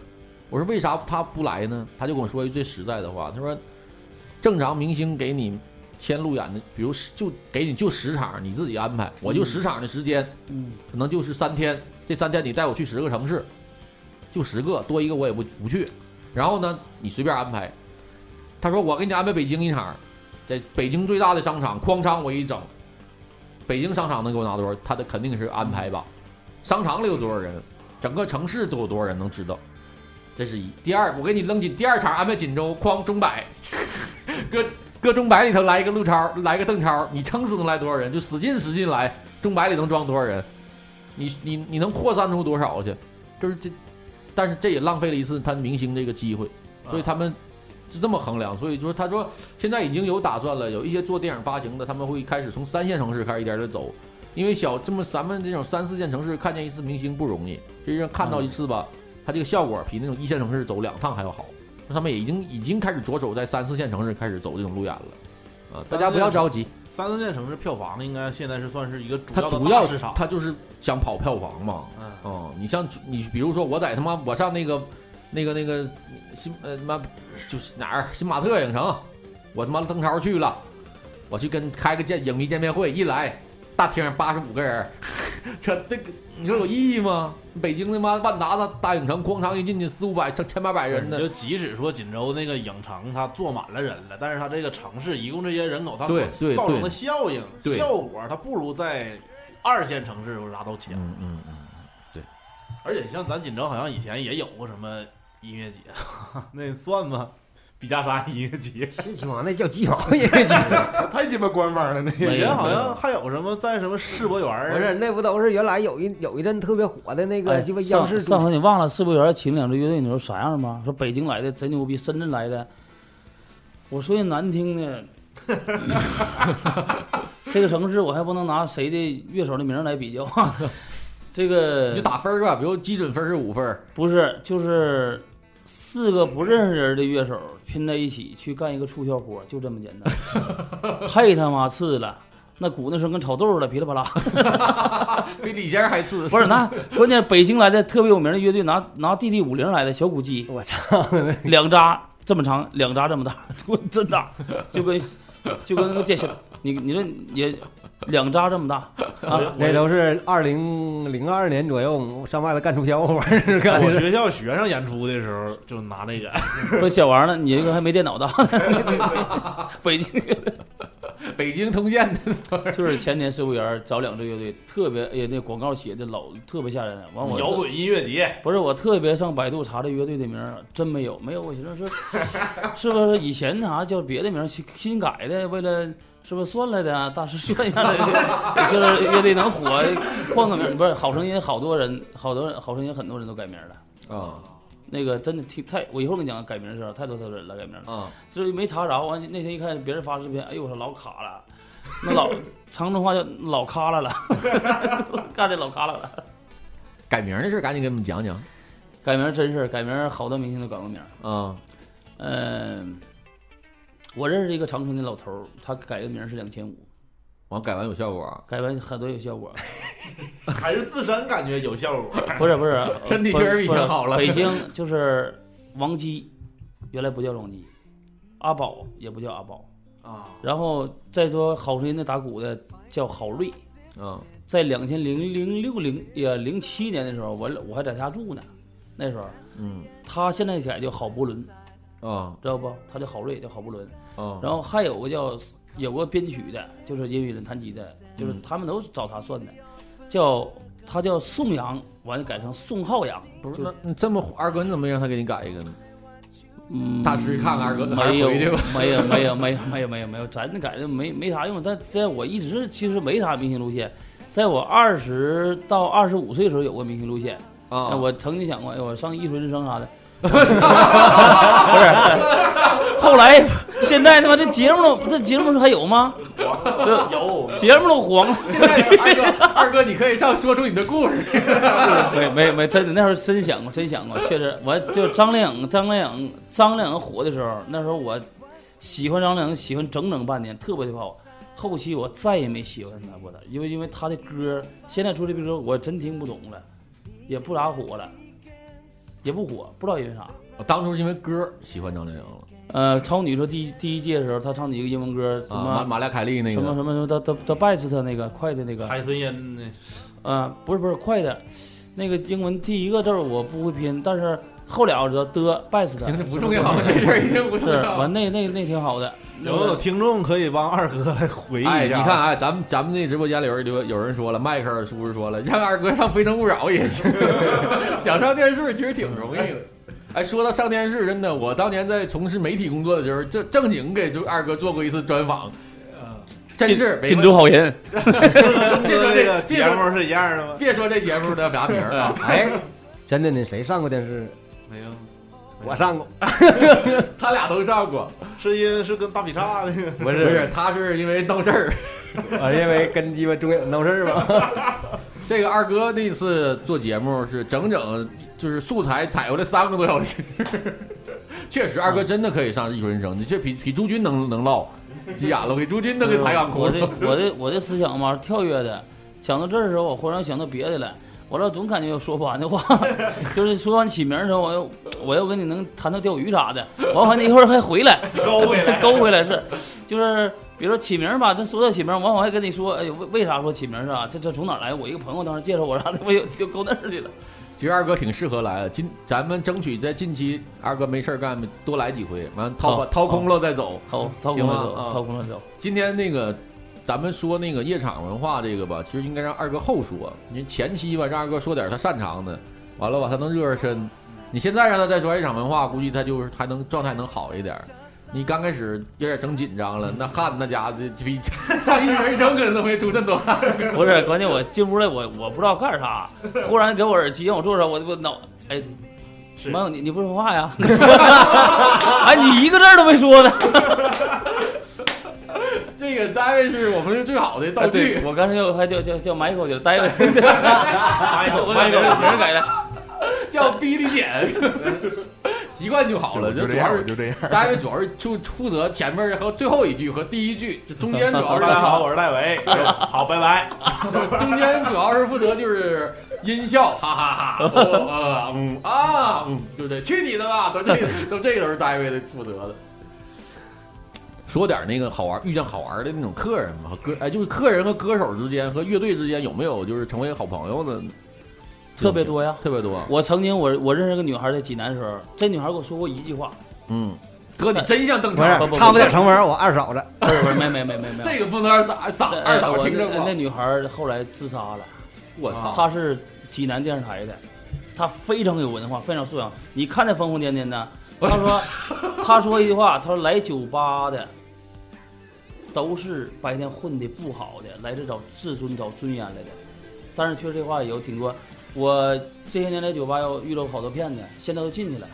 [SPEAKER 1] 我说为啥他不来呢？他就跟我说一句最实在的话，他说正常明星给你签路演的，比如十就给你就十场，你自己安排，我就十场的时间，
[SPEAKER 5] 嗯，
[SPEAKER 1] 可能就是三天，这三天你带我去十个城市，就十个，多一个我也不不去。然后呢，你随便安排。他说我给你安排北京一场，在北京最大的商场，哐当我一整，北京商场能给我拿多少？他的肯定是安排吧。商场里有多少人，整个城市都有多少人能知道？这是一。第二，我给你扔进第二场安排锦州，哐中百，搁搁中百里头来一个陆超，来一个邓超，你撑死能来多少人？就使劲使劲来，中百里能装多少人？你你你能扩散出多少去？就是这，但是这也浪费了一次他明星这个机会，所以他们是这么衡量。所以说，他说现在已经有打算了，有一些做电影发行的，他们会开始从三线城市开始一点点走，因为小这么咱们这种三四线城市看见一次明星不容易，这人看到一次吧，他这个效果比那种一线城市走两趟还要好。那他们也已经已经开始着手在三四线城市开始走这种路演了，啊，大家不要着急，
[SPEAKER 2] 三四线城市票房应该现在是算是一个主
[SPEAKER 1] 他
[SPEAKER 2] 要的
[SPEAKER 1] 主
[SPEAKER 2] 大
[SPEAKER 1] 要
[SPEAKER 2] 市场。
[SPEAKER 1] 他就是想跑票房嘛，
[SPEAKER 2] 嗯，
[SPEAKER 1] 哦，你像你比如说我在他妈我上那个那个那个新呃妈就是哪儿新玛特影城，我他妈邓超去了，我去跟开个见影迷见面会，一来大厅八十五个人， 这这个你说有意义吗？北京他妈万达的大影城咣当一进去四五百上千八百人
[SPEAKER 2] 你
[SPEAKER 1] 呢，
[SPEAKER 2] 嗯就即使说锦州那个影城它坐满了人了，但是它这个城市一共这些人口，它所
[SPEAKER 1] 对对
[SPEAKER 2] 造成
[SPEAKER 1] 对
[SPEAKER 2] 的效应
[SPEAKER 1] 对
[SPEAKER 2] 效果，它不如在二线城市拉到强。
[SPEAKER 1] 嗯嗯嗯，
[SPEAKER 2] 而且像咱锦州好像以前也有过什么音乐节， 那算吗？毕加莎音 乐节，
[SPEAKER 4] 这鸡毛那叫 鸡毛也鸡毛，
[SPEAKER 3] 太鸡巴官方了，那
[SPEAKER 2] 以
[SPEAKER 3] 个
[SPEAKER 1] 没有
[SPEAKER 2] 前好像还有什么在什么世博园
[SPEAKER 4] 不
[SPEAKER 2] 儿
[SPEAKER 4] 是那不都是原来有一有一阵特别火的那个
[SPEAKER 5] 哎
[SPEAKER 4] 鸡巴央
[SPEAKER 5] 上
[SPEAKER 4] 视主
[SPEAKER 5] 上回你忘了世博园请两支乐队，你说啥样吗？说北京来的真牛逼，深圳来的，我说句难听的， 这个城市我还不能拿谁的乐手的名儿来比较，啊 这个
[SPEAKER 1] 你就打分儿吧，比如基准分儿是五分儿，
[SPEAKER 5] 不是，就是四个不认识人的乐手拼在一起去干一个促销活，就这么简 单，太他妈次了。那鼓那声跟炒豆似的，噼里 啪啦。
[SPEAKER 1] 比李先生还次，
[SPEAKER 5] 不是，那关键北京来的特别有名的乐队拿拿 DD 五零来的小鼓机，
[SPEAKER 4] 我操，
[SPEAKER 5] 两扎这么长，两扎这么大， 真大，就跟就跟那个电小，你你说也两扎这么大啊？
[SPEAKER 4] 那都是二零零二年左右，我上外头干促销玩是干
[SPEAKER 2] 我
[SPEAKER 4] 的。
[SPEAKER 2] 学校学生演出的时候就拿那个，
[SPEAKER 5] 说小王呢，你这个还没电脑大呢， 北京
[SPEAKER 1] 北京通县的，
[SPEAKER 5] 就是前年世博园找两支乐队，特别哎呀，那广告写的老特别吓人。完我
[SPEAKER 2] 摇滚音乐节，
[SPEAKER 5] 不是我特别上百度查这乐队的名儿，真没有，没有。我寻思是是不是以前啥叫别的名儿新新改的，为了是不是算来的啊、大师算下来的，现在乐队能火，换个名儿不是好声音，好多人，好多人，好声音很多人都改名儿了。
[SPEAKER 1] 啊
[SPEAKER 5] 那个真的挺太，我一会儿跟你讲改名儿的事儿，太多太多人了改名儿了。
[SPEAKER 1] 啊，
[SPEAKER 5] 就是没查着，完那天一看别人发视频，哎呦我操老卡了，那老长春话叫老卡了了， 干这老卡了了。
[SPEAKER 1] 改名儿的事儿赶紧给我们讲讲
[SPEAKER 5] 改名儿真是改名儿，好多明星都改过名儿。
[SPEAKER 1] 啊
[SPEAKER 5] 嗯、我认识一个长春的老头儿，他改的名儿是两千五，
[SPEAKER 1] 完改完有效果啊，
[SPEAKER 5] 改完很多有效 果。
[SPEAKER 2] 还是自身感觉有效果。
[SPEAKER 5] 不是不是，
[SPEAKER 1] 身体确实比以前好了
[SPEAKER 5] 不是北京就是王姬，原来不叫王姬，阿宝也不叫阿宝，
[SPEAKER 2] 啊，
[SPEAKER 5] 然后再说好声音的打鼓的叫郝瑞。
[SPEAKER 1] 嗯
[SPEAKER 5] 在两千零零六零也零七年的时候，我我还在他住呢，那时候
[SPEAKER 1] 嗯
[SPEAKER 5] 他现在改叫郝伯伦，知
[SPEAKER 1] 啊
[SPEAKER 5] 道不？他叫郝瑞，叫郝伯伦。
[SPEAKER 1] 啊
[SPEAKER 5] 然后还有个叫有个编曲的，就是音乐人弹
[SPEAKER 1] 嗯
[SPEAKER 5] 吉的，就是他们都找他算的，叫他叫宋阳，完了改成宋浩阳，
[SPEAKER 1] 不是，
[SPEAKER 5] 就
[SPEAKER 1] 那你这么二哥，你怎么没让他给你改一个呢？
[SPEAKER 5] 嗯，
[SPEAKER 1] 大师看看二哥哪儿
[SPEAKER 5] 没有
[SPEAKER 1] 回去吧
[SPEAKER 5] 没 有没有没有没有没有没有，咱改的没没啥用。但在我一直其实没啥明星路线，在我二十到二十五岁的时候有过明星路线。
[SPEAKER 1] 啊，
[SPEAKER 5] 哎我曾经想过，哎，我上艺术人 生啥的。 不是，后来现在他妈这节目都这节目还有吗？
[SPEAKER 2] 有
[SPEAKER 5] 节目都黄了，
[SPEAKER 1] 现在二哥，二哥，你可以上说出你的故事。
[SPEAKER 5] 没没没，真的那时候真想过，真想过，确实，我就张靓颖，张靓颖，张靓颖火的时候，那时候我喜欢张靓颖，喜欢整整半年，特别特别好。后期我再也没喜欢她过了，因为因为她的歌，现在出这批歌我真听不懂了，也不咋火了，也不火，不知道因为啥。
[SPEAKER 1] 我 当初是因为歌喜欢张靓颖了
[SPEAKER 5] 呃，超女说第一第一届的时候，她唱的一个英文歌，什
[SPEAKER 1] 啊，玛
[SPEAKER 5] 么、
[SPEAKER 1] 玛利亚凯莉那
[SPEAKER 5] 什
[SPEAKER 1] 个
[SPEAKER 5] 么什么什么，the the the best 那个快的那个，
[SPEAKER 2] 海豚音呢，
[SPEAKER 5] 啊，不是不是快的，那个英文第一个字儿我不会拼，但是后俩我知道的 best
[SPEAKER 1] 行，这不重要，这事儿已经不
[SPEAKER 5] 是
[SPEAKER 1] 重要。
[SPEAKER 5] 完那那那挺 好的，那
[SPEAKER 2] 有
[SPEAKER 5] 个
[SPEAKER 2] 听众可以帮二哥来回忆一下。啊
[SPEAKER 1] 哎，你看，哎，咱们咱们那直播间里有人有有人说了，迈克尔 叔叔说了，让二哥上《非诚勿扰》也行，想上电视剧其实挺容易的。哎，说到上电视，真的，我当年在从事媒体工作的时候，正正经给就二哥做过一次专访，真是没
[SPEAKER 5] 锦州好人，
[SPEAKER 2] 跟这个节目是一样的吗？
[SPEAKER 1] 别说这节目的啥名儿 啊，
[SPEAKER 4] 哎，真的呢，谁上过电视？
[SPEAKER 2] 没有，
[SPEAKER 4] 我上过，
[SPEAKER 1] 他俩都上过，
[SPEAKER 2] 是因为是跟大劈叉那个
[SPEAKER 4] 不
[SPEAKER 1] 不是，，他是因为闹事儿。
[SPEAKER 4] 我是因为跟鸡巴中央闹事儿吧。
[SPEAKER 1] 这个二哥那次做节目是整整就是素材采回来三个多小时， 确实二哥真的可以上艺术人生，你这比比朱军能能唠，急眼了，我给朱军都给采访哭
[SPEAKER 5] 嗯我这
[SPEAKER 1] 了。
[SPEAKER 5] 我这我这思想嘛，跳跃的。想到这儿的时候，我忽然想到别的了。我这总感觉有说不完的话， 就是说完起名的时候，我又我又跟你能谈到钓鱼啥的，完完一会儿还回来，
[SPEAKER 2] 勾回来，
[SPEAKER 5] 勾回来是，就是比如说起名吧，这说到起名，完我还跟你说，哎呦，为为啥说起名是吧？这这从哪儿来？我一个朋友当时介绍我啥的，我就就勾那儿去了。
[SPEAKER 1] 其实二哥挺适合来的，今咱们争取在近期二哥没事儿干多来几回，完掏
[SPEAKER 5] 好
[SPEAKER 1] 吧掏空了再走。
[SPEAKER 5] 好，掏
[SPEAKER 1] 行
[SPEAKER 5] 空
[SPEAKER 1] 吧
[SPEAKER 5] 了走
[SPEAKER 1] 啊，
[SPEAKER 5] 掏空了走。
[SPEAKER 1] 今天那个，咱们说那个夜场文化这个吧，其实应该让二哥后说。你前期吧，让二哥说点他擅长的，完了吧，他能热热身。你现在让他再说夜场文化，估计他就是还能状态能好一点儿。你刚开始有点整紧张了，那汗那家伙的就比上一人生可能都没出这么多汗。
[SPEAKER 5] 不是，关键我进屋来，我我不知道干啥，忽然给我耳机让我坐这儿，我我脑哎，
[SPEAKER 2] 是
[SPEAKER 5] 没有你你不说话呀？ 哎，你一个字儿都没说呢。
[SPEAKER 1] 这个单位是我们是最好的道
[SPEAKER 3] 啊
[SPEAKER 5] 哎
[SPEAKER 1] 具
[SPEAKER 5] 对，。我刚才又还叫叫叫 Michael 去了，待会儿
[SPEAKER 2] 哎呦，
[SPEAKER 5] 我把
[SPEAKER 2] 哎
[SPEAKER 5] 名
[SPEAKER 2] 呦，
[SPEAKER 5] 儿改了。
[SPEAKER 1] 叫逼力剪， 习惯就好了。
[SPEAKER 3] 就
[SPEAKER 1] 主
[SPEAKER 3] 这
[SPEAKER 1] 要
[SPEAKER 3] 样，我
[SPEAKER 1] 是
[SPEAKER 3] 就这样。
[SPEAKER 1] 大卫主要是就负责前面和最后一句和第一句，就中间主要
[SPEAKER 2] 大
[SPEAKER 1] 是
[SPEAKER 2] 家好，我是戴维，好，拜拜。
[SPEAKER 1] 中间主要是负责就是音效，哈哈哈哦啊嗯啊嗯，对不对？去你的吧，都这都这都是大卫的负责的。说点那个好玩，遇见好玩的那种客人吧，和歌哎，就是客人和歌手之间和乐队之间有没有就是成为好朋友的？
[SPEAKER 5] 特别，多呀。
[SPEAKER 1] 特别多。
[SPEAKER 5] 我曾经我我认识个女孩在济南的时候，这女孩给我说过一 句话，
[SPEAKER 1] 嗯，哥，你真像邓
[SPEAKER 4] 不
[SPEAKER 1] 超，
[SPEAKER 5] 不不
[SPEAKER 4] 是，差不点成文，我二嫂子。
[SPEAKER 5] 不是不是没没没没没有。
[SPEAKER 1] 这个不能让傻傻
[SPEAKER 5] 哎
[SPEAKER 1] 二嫂
[SPEAKER 5] 我
[SPEAKER 1] 听着
[SPEAKER 5] 那
[SPEAKER 1] 吗
[SPEAKER 5] 那？女孩后来自杀了，
[SPEAKER 1] 我操！
[SPEAKER 5] 她是济南电视台的，她非常有文化，非常素养。你看她疯疯癫癫的，她说她说一句话，她说来酒吧的都是白天混的不好的，来这找自尊、找尊严来的。但是确实这话也有挺多，我这些年来酒吧要遇到好多骗子，现在都进去了。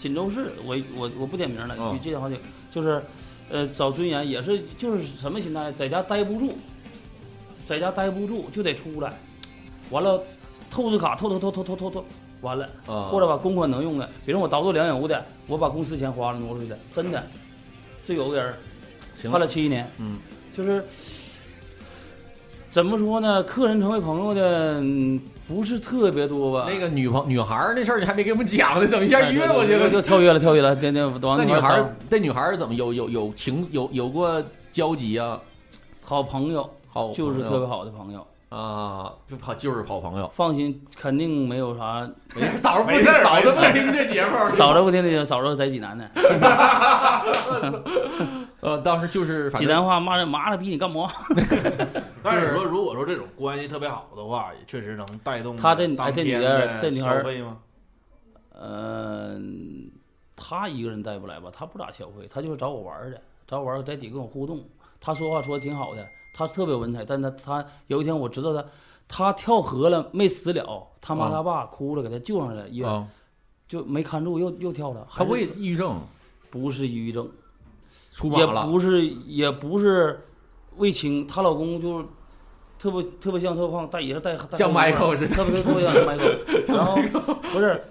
[SPEAKER 5] 锦州市，我我我不点名了，
[SPEAKER 1] 嗯
[SPEAKER 5] 你这好久就是，呃，找尊严也是就是什么心态，在家待不住，在家待不住就得出来，完了透支卡透透透透透透透，完了。
[SPEAKER 1] 啊
[SPEAKER 5] 或者把公款能用的，比如我倒做良友的，我把公司钱花了挪出去的，真的，就有个人儿
[SPEAKER 1] 行
[SPEAKER 5] 判了七年，
[SPEAKER 1] 嗯，
[SPEAKER 5] 就是怎么说呢，客人成为朋友的嗯不是特别多吧？
[SPEAKER 1] 那个女朋女孩儿那事儿你还没给我们讲呢，怎么一下
[SPEAKER 5] 哎对
[SPEAKER 1] 约
[SPEAKER 5] 对
[SPEAKER 1] 过去
[SPEAKER 5] 对
[SPEAKER 1] 了？
[SPEAKER 5] 就跳跃了，跳跃了，那那
[SPEAKER 1] 那
[SPEAKER 5] 那
[SPEAKER 1] 女孩儿，那女孩儿怎么有有有情有有过交集啊？
[SPEAKER 5] 好朋友
[SPEAKER 1] 好，
[SPEAKER 5] 就是特别好的朋友，
[SPEAKER 1] 啊，就好就是好朋友。
[SPEAKER 5] 放心，肯定没有啥
[SPEAKER 1] 没 事，嫂子不
[SPEAKER 2] 没
[SPEAKER 1] 听，
[SPEAKER 2] 事儿
[SPEAKER 1] 嫂子不
[SPEAKER 2] 没事儿
[SPEAKER 1] 听这节目。
[SPEAKER 5] 嫂子不听那种，嫂子在济南的，
[SPEAKER 1] 呃，当时就是反
[SPEAKER 5] 济
[SPEAKER 1] 正
[SPEAKER 5] 南话骂人麻了逼你干嘛？
[SPEAKER 2] 但是你说，如果说这种关系特别好的话，也确实能带动
[SPEAKER 5] 她这
[SPEAKER 2] 当
[SPEAKER 5] 哎这女
[SPEAKER 2] 天
[SPEAKER 5] 的
[SPEAKER 2] 的
[SPEAKER 5] 这女孩儿
[SPEAKER 2] 消费吗？
[SPEAKER 5] 呃，他一个人带不来吧，他不咋消费，他就是找我玩儿的，找我玩儿在底下跟我互动。他说话说的挺好的，他特别文采，但他他有一天我知道他，他跳河了没死了，他妈
[SPEAKER 1] 啊
[SPEAKER 5] 他爸哭了，给他救上来了，医院、
[SPEAKER 1] 啊，
[SPEAKER 5] 就没看住，又又跳了，
[SPEAKER 1] 她
[SPEAKER 5] 还是
[SPEAKER 1] 为抑郁症
[SPEAKER 5] 不是抑郁症，
[SPEAKER 1] 出
[SPEAKER 5] 也
[SPEAKER 1] 马了，
[SPEAKER 5] 不是也不是卫青，她老公就是特别特别像特别胖，但也是带带
[SPEAKER 1] 像
[SPEAKER 5] 黑头发
[SPEAKER 1] Michael 似的
[SPEAKER 5] 特别特别像 Michael，然后不是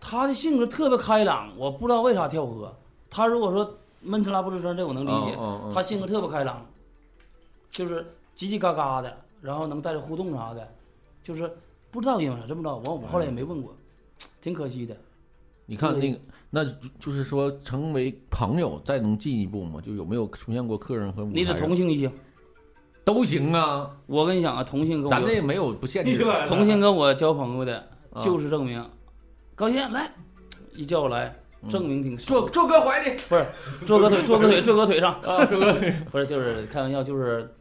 [SPEAKER 5] 他的性格特别开朗，我不知道为啥跳河。他如果说闷吃拉不吱声，这我能理解。
[SPEAKER 1] 嗯嗯
[SPEAKER 5] 他性格特别开朗，就是叽叽嘎嘎的，然后能带着互动啥的，就是不知道因为啥，真不知道。完我后来也没问过，挺可惜的。
[SPEAKER 1] 你看那个，那就就是说成为朋友再能进一步吗？就有没有出现过客人和舞
[SPEAKER 5] 你
[SPEAKER 1] 台
[SPEAKER 5] 是
[SPEAKER 1] 上
[SPEAKER 5] 同性异性，
[SPEAKER 1] 都行啊，
[SPEAKER 5] 我跟你讲啊，同性跟我
[SPEAKER 1] 咱
[SPEAKER 5] 有
[SPEAKER 1] 这也没有不限制。
[SPEAKER 5] 同性跟我交朋友的，
[SPEAKER 1] 啊
[SPEAKER 5] 就是证明，高鑫来，一叫我来，
[SPEAKER 1] 嗯
[SPEAKER 5] 证明挺
[SPEAKER 1] 坐坐哥怀 里，
[SPEAKER 5] 坐个腿，坐个腿，坐个腿上，
[SPEAKER 1] 啊，坐哥
[SPEAKER 5] 不是就是开玩笑，就是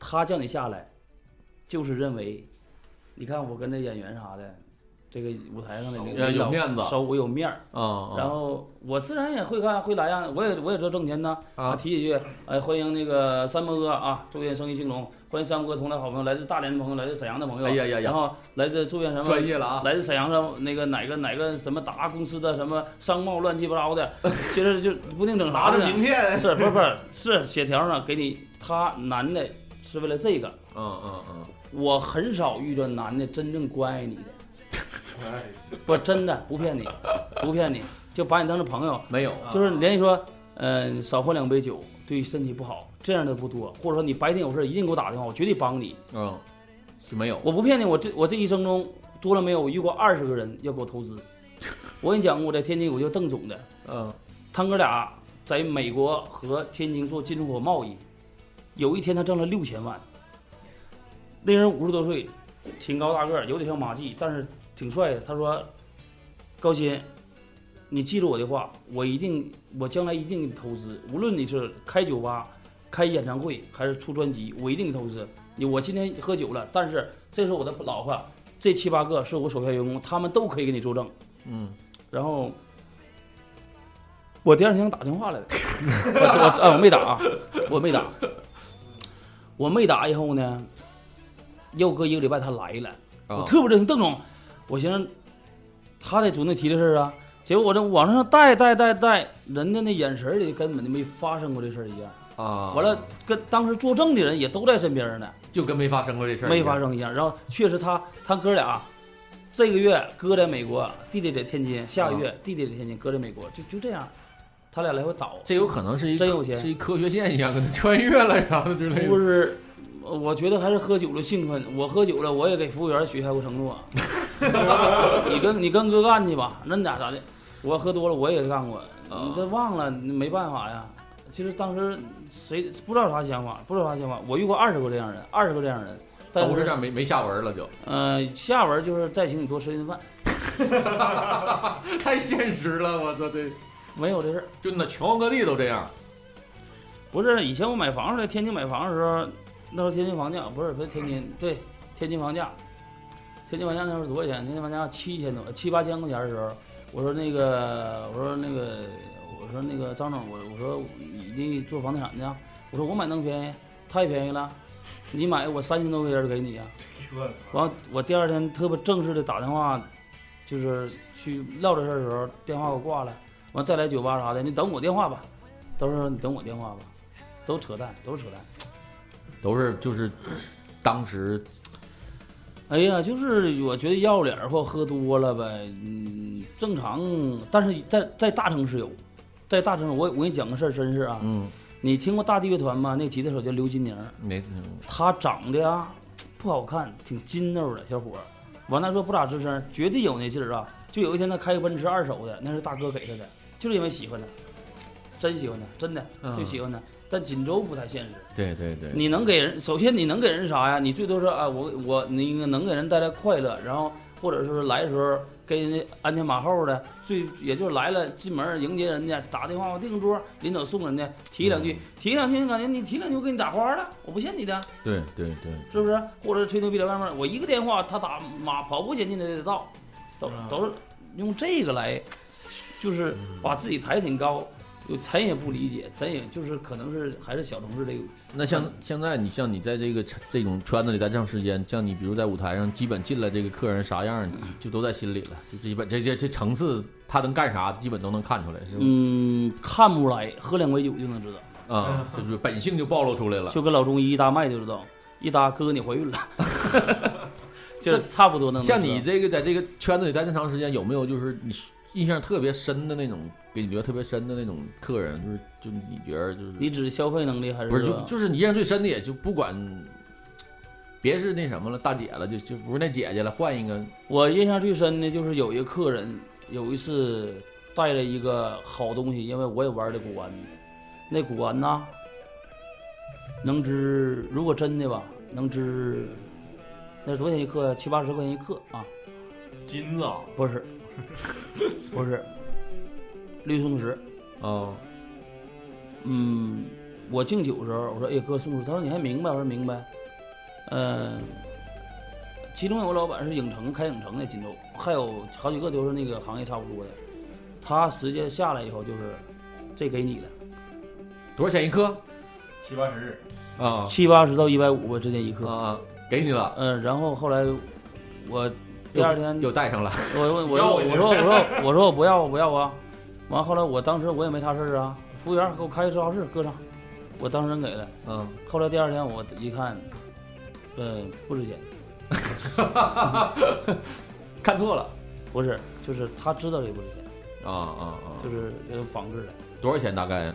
[SPEAKER 5] 他叫你下来，就是认为，你看我跟这演员啥的，这个舞台上的领
[SPEAKER 1] 呃有
[SPEAKER 5] 领导
[SPEAKER 1] 面子
[SPEAKER 5] 手舞有面儿。
[SPEAKER 1] 啊
[SPEAKER 5] 然后我自然也会干会打样，我也我也知道挣钱呢。
[SPEAKER 1] 啊
[SPEAKER 5] 提几句，哎，欢迎那个三波哥啊，祝愿生意兴隆，欢迎三波哥同来好朋友，来自大连的朋友，来自沈阳的朋友，
[SPEAKER 1] 哎呀呀呀
[SPEAKER 5] 然后来自祝愿什
[SPEAKER 1] 啊，
[SPEAKER 5] 么
[SPEAKER 1] 专业了啊，
[SPEAKER 5] 来自沈阳的那个哪个哪个什么达公司的什么商贸乱七八 糟的，其实就不定整啥
[SPEAKER 2] 拿
[SPEAKER 5] 的
[SPEAKER 2] 着
[SPEAKER 5] 呢。
[SPEAKER 2] 名片，
[SPEAKER 5] 是不是不是是写条上给你，他男的是为了这个，
[SPEAKER 1] 嗯嗯嗯，
[SPEAKER 5] 我很少遇着男的真正关爱你的，不真的不骗你，不骗你，就把你当成朋友，
[SPEAKER 1] 没有，
[SPEAKER 2] 啊
[SPEAKER 5] 就是连你说，嗯、少喝两杯酒对身体不好，这样的不多，或者说你白天有事一定给我打电话，我绝对帮你，
[SPEAKER 1] 嗯，就没有，
[SPEAKER 5] 我不骗你，我这我这一生中多了没有，我遇过二十个人要给我投资，我跟你讲，我在天津有个叫邓总的，
[SPEAKER 1] 嗯
[SPEAKER 5] 他哥俩在美国和天津做进出口贸易，有一天他挣了六千万。那人五十多岁，挺高大个儿，有点像马季，但是挺帅的。他说：“高鑫，你记住我的话，我一定，我将来一定给你投资，无论你是开酒吧、开演唱会还是出专辑，我一定给你投资。你我今天喝酒了，但是这是我的老婆，这七八个是我手下员工，他们都可以给你作证。”
[SPEAKER 1] 嗯，
[SPEAKER 5] 然后我第二天打电话来的，我我啊我没打啊，我没打，我没打以后呢，又隔一个礼拜他来了，我
[SPEAKER 1] 啊
[SPEAKER 5] 特别热情，邓总，我寻思他得主动提这事儿啊，结果我这往上带带带带，人家那眼神里根本就没发生过这事儿一样，
[SPEAKER 1] 啊，
[SPEAKER 5] 完了跟当时作证的人也都在身边呢，
[SPEAKER 1] 就跟没发生过这事儿，
[SPEAKER 5] 没发，生一样。然后确实他他哥俩，啊这个月哥在美国，弟弟在天津；下个
[SPEAKER 1] 啊
[SPEAKER 5] 月弟弟在天津，哥在美国，就就这样，他俩来回倒。
[SPEAKER 1] 这有可能是一
[SPEAKER 5] 真有钱
[SPEAKER 1] 是一科学线一样，可能穿越了啥的之类
[SPEAKER 5] 不
[SPEAKER 1] 的，
[SPEAKER 5] 是，呃我觉得还是喝酒了兴奋。我喝酒了，我也给服务员许下过承 诺，啊你跟你跟哥干去吧，那咋咋的？我喝多了我也干过，
[SPEAKER 1] 啊
[SPEAKER 5] 你这忘了你没办法呀。其实当时谁不知道啥想法，不知道啥想法。我遇过二十个这样人，二十个这样人，但
[SPEAKER 1] 都是这样没没下文了就，
[SPEAKER 5] 呃，下文就是再请你多吃顿饭，
[SPEAKER 1] 太现实了，我操这。
[SPEAKER 5] 没有这事儿。
[SPEAKER 1] 就那全国各地都这样，
[SPEAKER 5] 不是，以前我买房时候在天津买房的时候，那时候天津房价不是不是天津，对天津房价，天津房价那时候多少钱？天津房价七千多，七八千块钱的时候，我说那个，我说那个，我说那个张总，我我说你那做房地产的啊，我说我买能便宜，太便宜了，你买我三千多块钱就给你啊。完，我第二天特别正式的打电话，就是去唠这事儿的时候，电话给我挂了。完再来酒吧啥的，你等我电话吧。都是说你等我电话吧，都扯淡，都是扯淡。
[SPEAKER 1] 都是就是当时
[SPEAKER 5] 哎呀，就是我觉得要脸儿或喝多了呗，嗯，正常。但是在在大城市有，在大城市我我给你讲个事儿，真是啊，
[SPEAKER 1] 嗯
[SPEAKER 5] 你听过大地乐团吗？那吉他手叫刘金宁儿，
[SPEAKER 1] 没嗯
[SPEAKER 5] 他长得呀不好看，挺筋道的小伙儿。完了说不咋吱声，绝对有那劲儿啊！就有一天他开个奔驰二手的，那是大哥给他的，就是因为喜欢他，真喜欢他，真的
[SPEAKER 1] 嗯
[SPEAKER 5] 就喜欢他。但锦州不太现实，
[SPEAKER 1] 对对对，
[SPEAKER 5] 你能给人，首先你能给人啥呀？你最多是啊，我我那个能给人带来快乐，然后或者说是来的时候给人家鞍前马后的，最也就是来了进门迎接人家，打电话我订桌，临走送人家提两句，提两句你感觉你提两句我给你打花了，我不欠你的，
[SPEAKER 1] 对对对，
[SPEAKER 5] 是不是？或者是吹牛逼在外面，我一个电话他打马跑步前进的到，都
[SPEAKER 2] 嗯
[SPEAKER 5] 都是用这个来，就是
[SPEAKER 1] 嗯
[SPEAKER 5] 把自己抬挺高。有咱也不理解，咱也就是可能是还是小城市这个
[SPEAKER 1] 那像
[SPEAKER 5] 嗯
[SPEAKER 1] 现在你像你在这个这种圈子里待这长时间，像你比如在舞台上，基本进来这个客人啥样，你就都在心里了，就基本这这这层次他能干啥，基本都能看出来，是吧？
[SPEAKER 5] 嗯，看不出来，喝两杯酒就能知道，
[SPEAKER 1] 啊、就是本性就暴露出来了。
[SPEAKER 5] 就跟老中医一搭脉就知道，一搭哥哥你怀孕了， 就是差不多能。
[SPEAKER 1] 像你这个在这个圈子里待这么长时间，有没有就是你印象特别深的那种，给你觉得特别深的那种客人，就是就你觉得就是
[SPEAKER 5] 你指消费能力还是
[SPEAKER 1] 不是，就
[SPEAKER 5] 说
[SPEAKER 1] 就是你印象最深的，也就不管，别是那什么了，大姐了，就就不是那姐姐了，换一个，
[SPEAKER 5] 我印象最深的就是有一个客人有一次带了一个好东西，因为我也玩的古玩，那古玩呐，能值如果真的吧，能值那多少钱一克呀？七八十块钱一克啊。
[SPEAKER 2] 金子啊，
[SPEAKER 5] 不是， 不是，绿松石。
[SPEAKER 1] 哦，
[SPEAKER 5] 嗯，我敬酒的时候，我说：“哎哥，松石。”他说：“你还明白？”我说：“明白。”嗯，呃其中有个老板是影城开影城的锦州，还有好几个都是那个行业差不多的。他直接下来以后就是，这给你的
[SPEAKER 1] 多少钱一克
[SPEAKER 2] 七八十，
[SPEAKER 1] 啊
[SPEAKER 5] 七八十到一百五之间一克。
[SPEAKER 1] 啊，给你了，
[SPEAKER 5] 嗯，然后后来我第二天
[SPEAKER 1] 又带上了，
[SPEAKER 5] 我问我
[SPEAKER 2] 要
[SPEAKER 5] 说
[SPEAKER 2] 我
[SPEAKER 5] 我说我说我说我不要我不要啊！完后来我当时我也没啥事儿啊，服务员给我开个烧烤室搁上，我当时真给了。
[SPEAKER 1] 嗯，
[SPEAKER 5] 后来第二天我一看，呃，不值钱，
[SPEAKER 1] 看错了，
[SPEAKER 5] 不是，就是他知道这个不值钱，
[SPEAKER 1] 啊啊啊，
[SPEAKER 5] 就是这个仿制的，
[SPEAKER 1] 多少钱大概？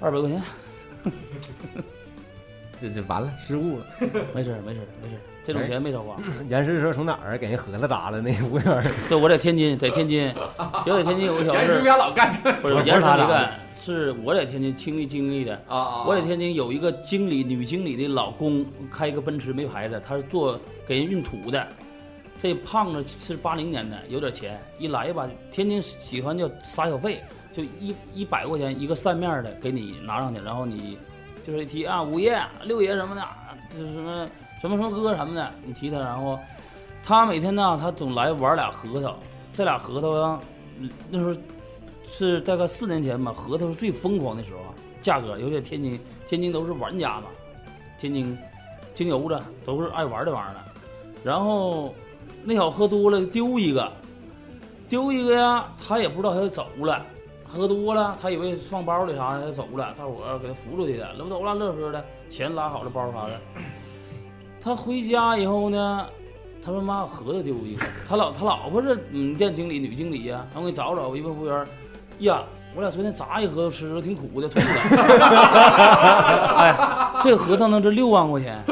[SPEAKER 5] 二百块钱，
[SPEAKER 1] 这这完了，失误了，
[SPEAKER 5] 没事儿没事儿没事儿，这种
[SPEAKER 4] 哎
[SPEAKER 5] 钱没少花。
[SPEAKER 4] 严师说从哪儿给人盒子扎了 那服务员儿，
[SPEAKER 5] 对，我在天津，在天津，也在天津有个小
[SPEAKER 1] 严师
[SPEAKER 5] 事
[SPEAKER 1] 不，要老干 这
[SPEAKER 5] 不是
[SPEAKER 4] 不是
[SPEAKER 5] 严师
[SPEAKER 4] 他
[SPEAKER 5] 没
[SPEAKER 4] 俩
[SPEAKER 5] 干，是我在天津亲历经历的。
[SPEAKER 1] 啊啊，
[SPEAKER 5] 我在天津有一个经理，女经理的老公开一个奔驰没牌子，他是做给人运土的。这胖子是八零年的，有点钱，一来吧，天津喜欢叫撒小费，就一一百块钱一个扇面的给你拿上去，然后你就是一提啊五爷、六爷什么的，就是什么什么什么哥什么的，你提他，然后他每天呢，他总来玩俩核桃，这俩核桃啊，嗯那时候是大概四年前吧，核桃是最疯狂的时候啊，价格，尤其天津，天津都是玩家嘛，天津精油的都是爱玩这玩意儿的。然后那小子喝多了丢一个，丢一个呀，他也不知道他就走了，喝多了他以为放包里啥的，他就走了，大伙儿给他扶出去的，搂走了乐呵的，钱拉好了包啥的。他回家以后呢，他说妈，我核桃丢一个，他老他老婆是嗯店经理女经理呀、然后给找找，我一问服务员儿，呀，我俩昨天炸一核桃吃，挺苦的，吐了。哎，这核桃能值六万块钱。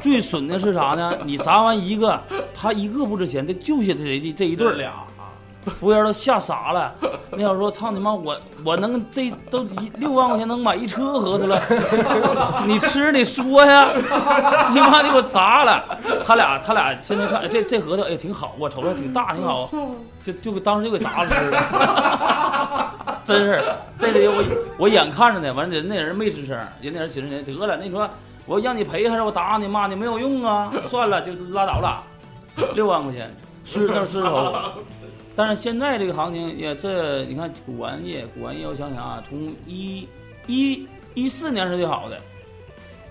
[SPEAKER 5] 最损的是啥呢？你砸完一个，他一个不值钱，他就下这这这一
[SPEAKER 2] 一
[SPEAKER 5] 对儿
[SPEAKER 2] 俩，
[SPEAKER 5] 服务员都吓傻了。那小子说：“操你妈！我我能这都一六万块钱能买一车核桃了， 你吃你说呀！你妈的给我砸了！”他俩他俩现在看哎这这核桃哎挺好啊，瞅着挺大挺好，就就给当时就给砸了吃了。 真是，这里我我眼看着呢，完了人那人没吱声，人那人寻思人得了，那你说我让你赔还是我打你骂你没有用啊，算了就拉倒了，六万块钱吃那是吃头。但是现在这个行情也这，你看古玩业，古玩业我想想啊，从一一一四年是最好的，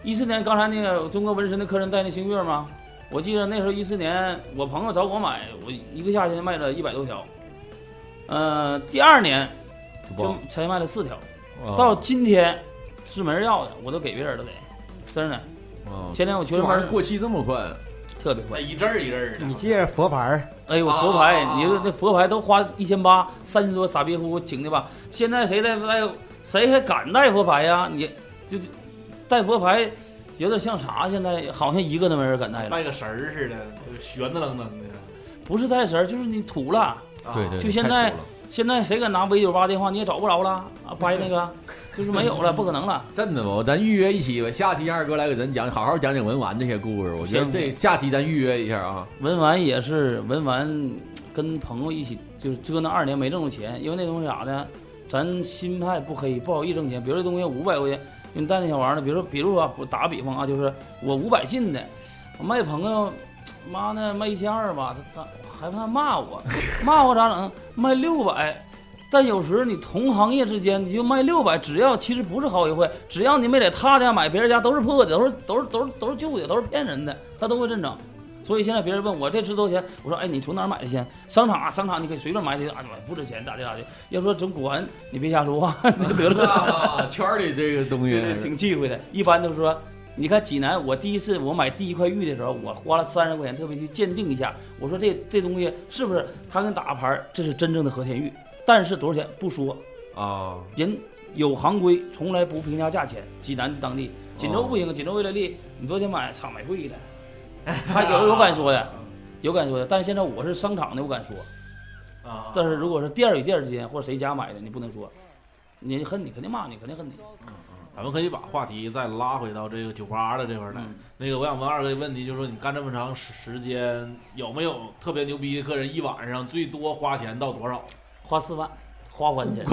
[SPEAKER 5] 一四年刚才那个中国纹身的客人带那星月吗？我记得那时候一四年，我朋友找我买，我一个夏天卖了一百多条，呃，第二年就才卖了四条，
[SPEAKER 1] 啊哦
[SPEAKER 5] 到今天是没人要的，我都给别人了得，真的，前天我去
[SPEAKER 1] 啊这
[SPEAKER 5] 上
[SPEAKER 1] 玩意
[SPEAKER 5] 班
[SPEAKER 1] 儿过期这么快，
[SPEAKER 5] 特别
[SPEAKER 2] 那
[SPEAKER 5] 快，
[SPEAKER 2] 一阵儿一阵儿的。
[SPEAKER 4] 你借着佛牌儿，
[SPEAKER 5] 哎，我
[SPEAKER 1] 啊
[SPEAKER 5] 佛牌，
[SPEAKER 1] 啊啊
[SPEAKER 5] 你说那佛牌都花一千八，三千多，傻逼乎请的吧？现在谁带带，谁还敢带佛牌呀？你就带佛牌，有点像啥？现在好像一个都没人敢带了，
[SPEAKER 2] 带个绳儿似的，悬的楞登的。
[SPEAKER 5] 不是带神儿，就是你土了。
[SPEAKER 2] 啊
[SPEAKER 5] 对就现在现在谁敢拿 V 九八电话，你也找不着了啊！掰那个 就是没有了，不可能了。
[SPEAKER 1] 真的吗？咱预约一期吧，下期让二哥来给咱讲，好好讲讲文玩这些故事。我觉得
[SPEAKER 5] 行
[SPEAKER 1] 这下期咱预约一下啊。
[SPEAKER 5] 文玩也是文玩，跟朋友一起就是折腾二年没挣着钱，因为那东西啥呢？咱心态不黑，不好意挣钱。比如这东西五百块钱，你带那小玩意儿，比如说，比如说啊，我打个比方啊，就是我五百进的，我卖朋友，妈呢卖一千二吧，他他还怕骂我， 骂我咋整？卖六百。但有时你同行业之间，你就卖六百，只要其实不是好与坏，只要你没在他家买，别人家都是破的，都是都是都是都是旧的，都是骗人的，他都会认整。所以现在别人问我这值多少钱，我说哎，你从哪儿买的钱？商场啊，商场你可以随便买的，啊，不值钱咋的咋的。要说整古玩，你别瞎说话， 就得了。
[SPEAKER 1] 啊圈儿里这个东西
[SPEAKER 5] 对对，挺忌讳的。一般都是说，你看济南，我第一次我买第一块玉的时候，我花了三十块钱特别去鉴定一下，我说这这东西是不是他跟打个牌儿，这是真正的和田玉，但是多少钱不说，
[SPEAKER 1] 啊，
[SPEAKER 5] 人有行规，从来不评价价钱。济南当地，锦州不行，锦州为了利，你昨天买厂买贵了，他有有敢说的，有敢说的。但是现在我是商场的，我敢说。
[SPEAKER 2] 啊，
[SPEAKER 5] 但是如果是店儿与店儿之间或者谁家买的，你不能说，你恨你肯定骂你，肯定恨你。
[SPEAKER 2] 咱们可以把话题再拉回到这个酒吧的这块儿来。
[SPEAKER 5] 嗯
[SPEAKER 2] 那个，我想问二哥一个问题，就是说你干这么长时时间，有没有特别牛逼的客人？一晚上最多花钱到多少？
[SPEAKER 5] 花四万，花完钱。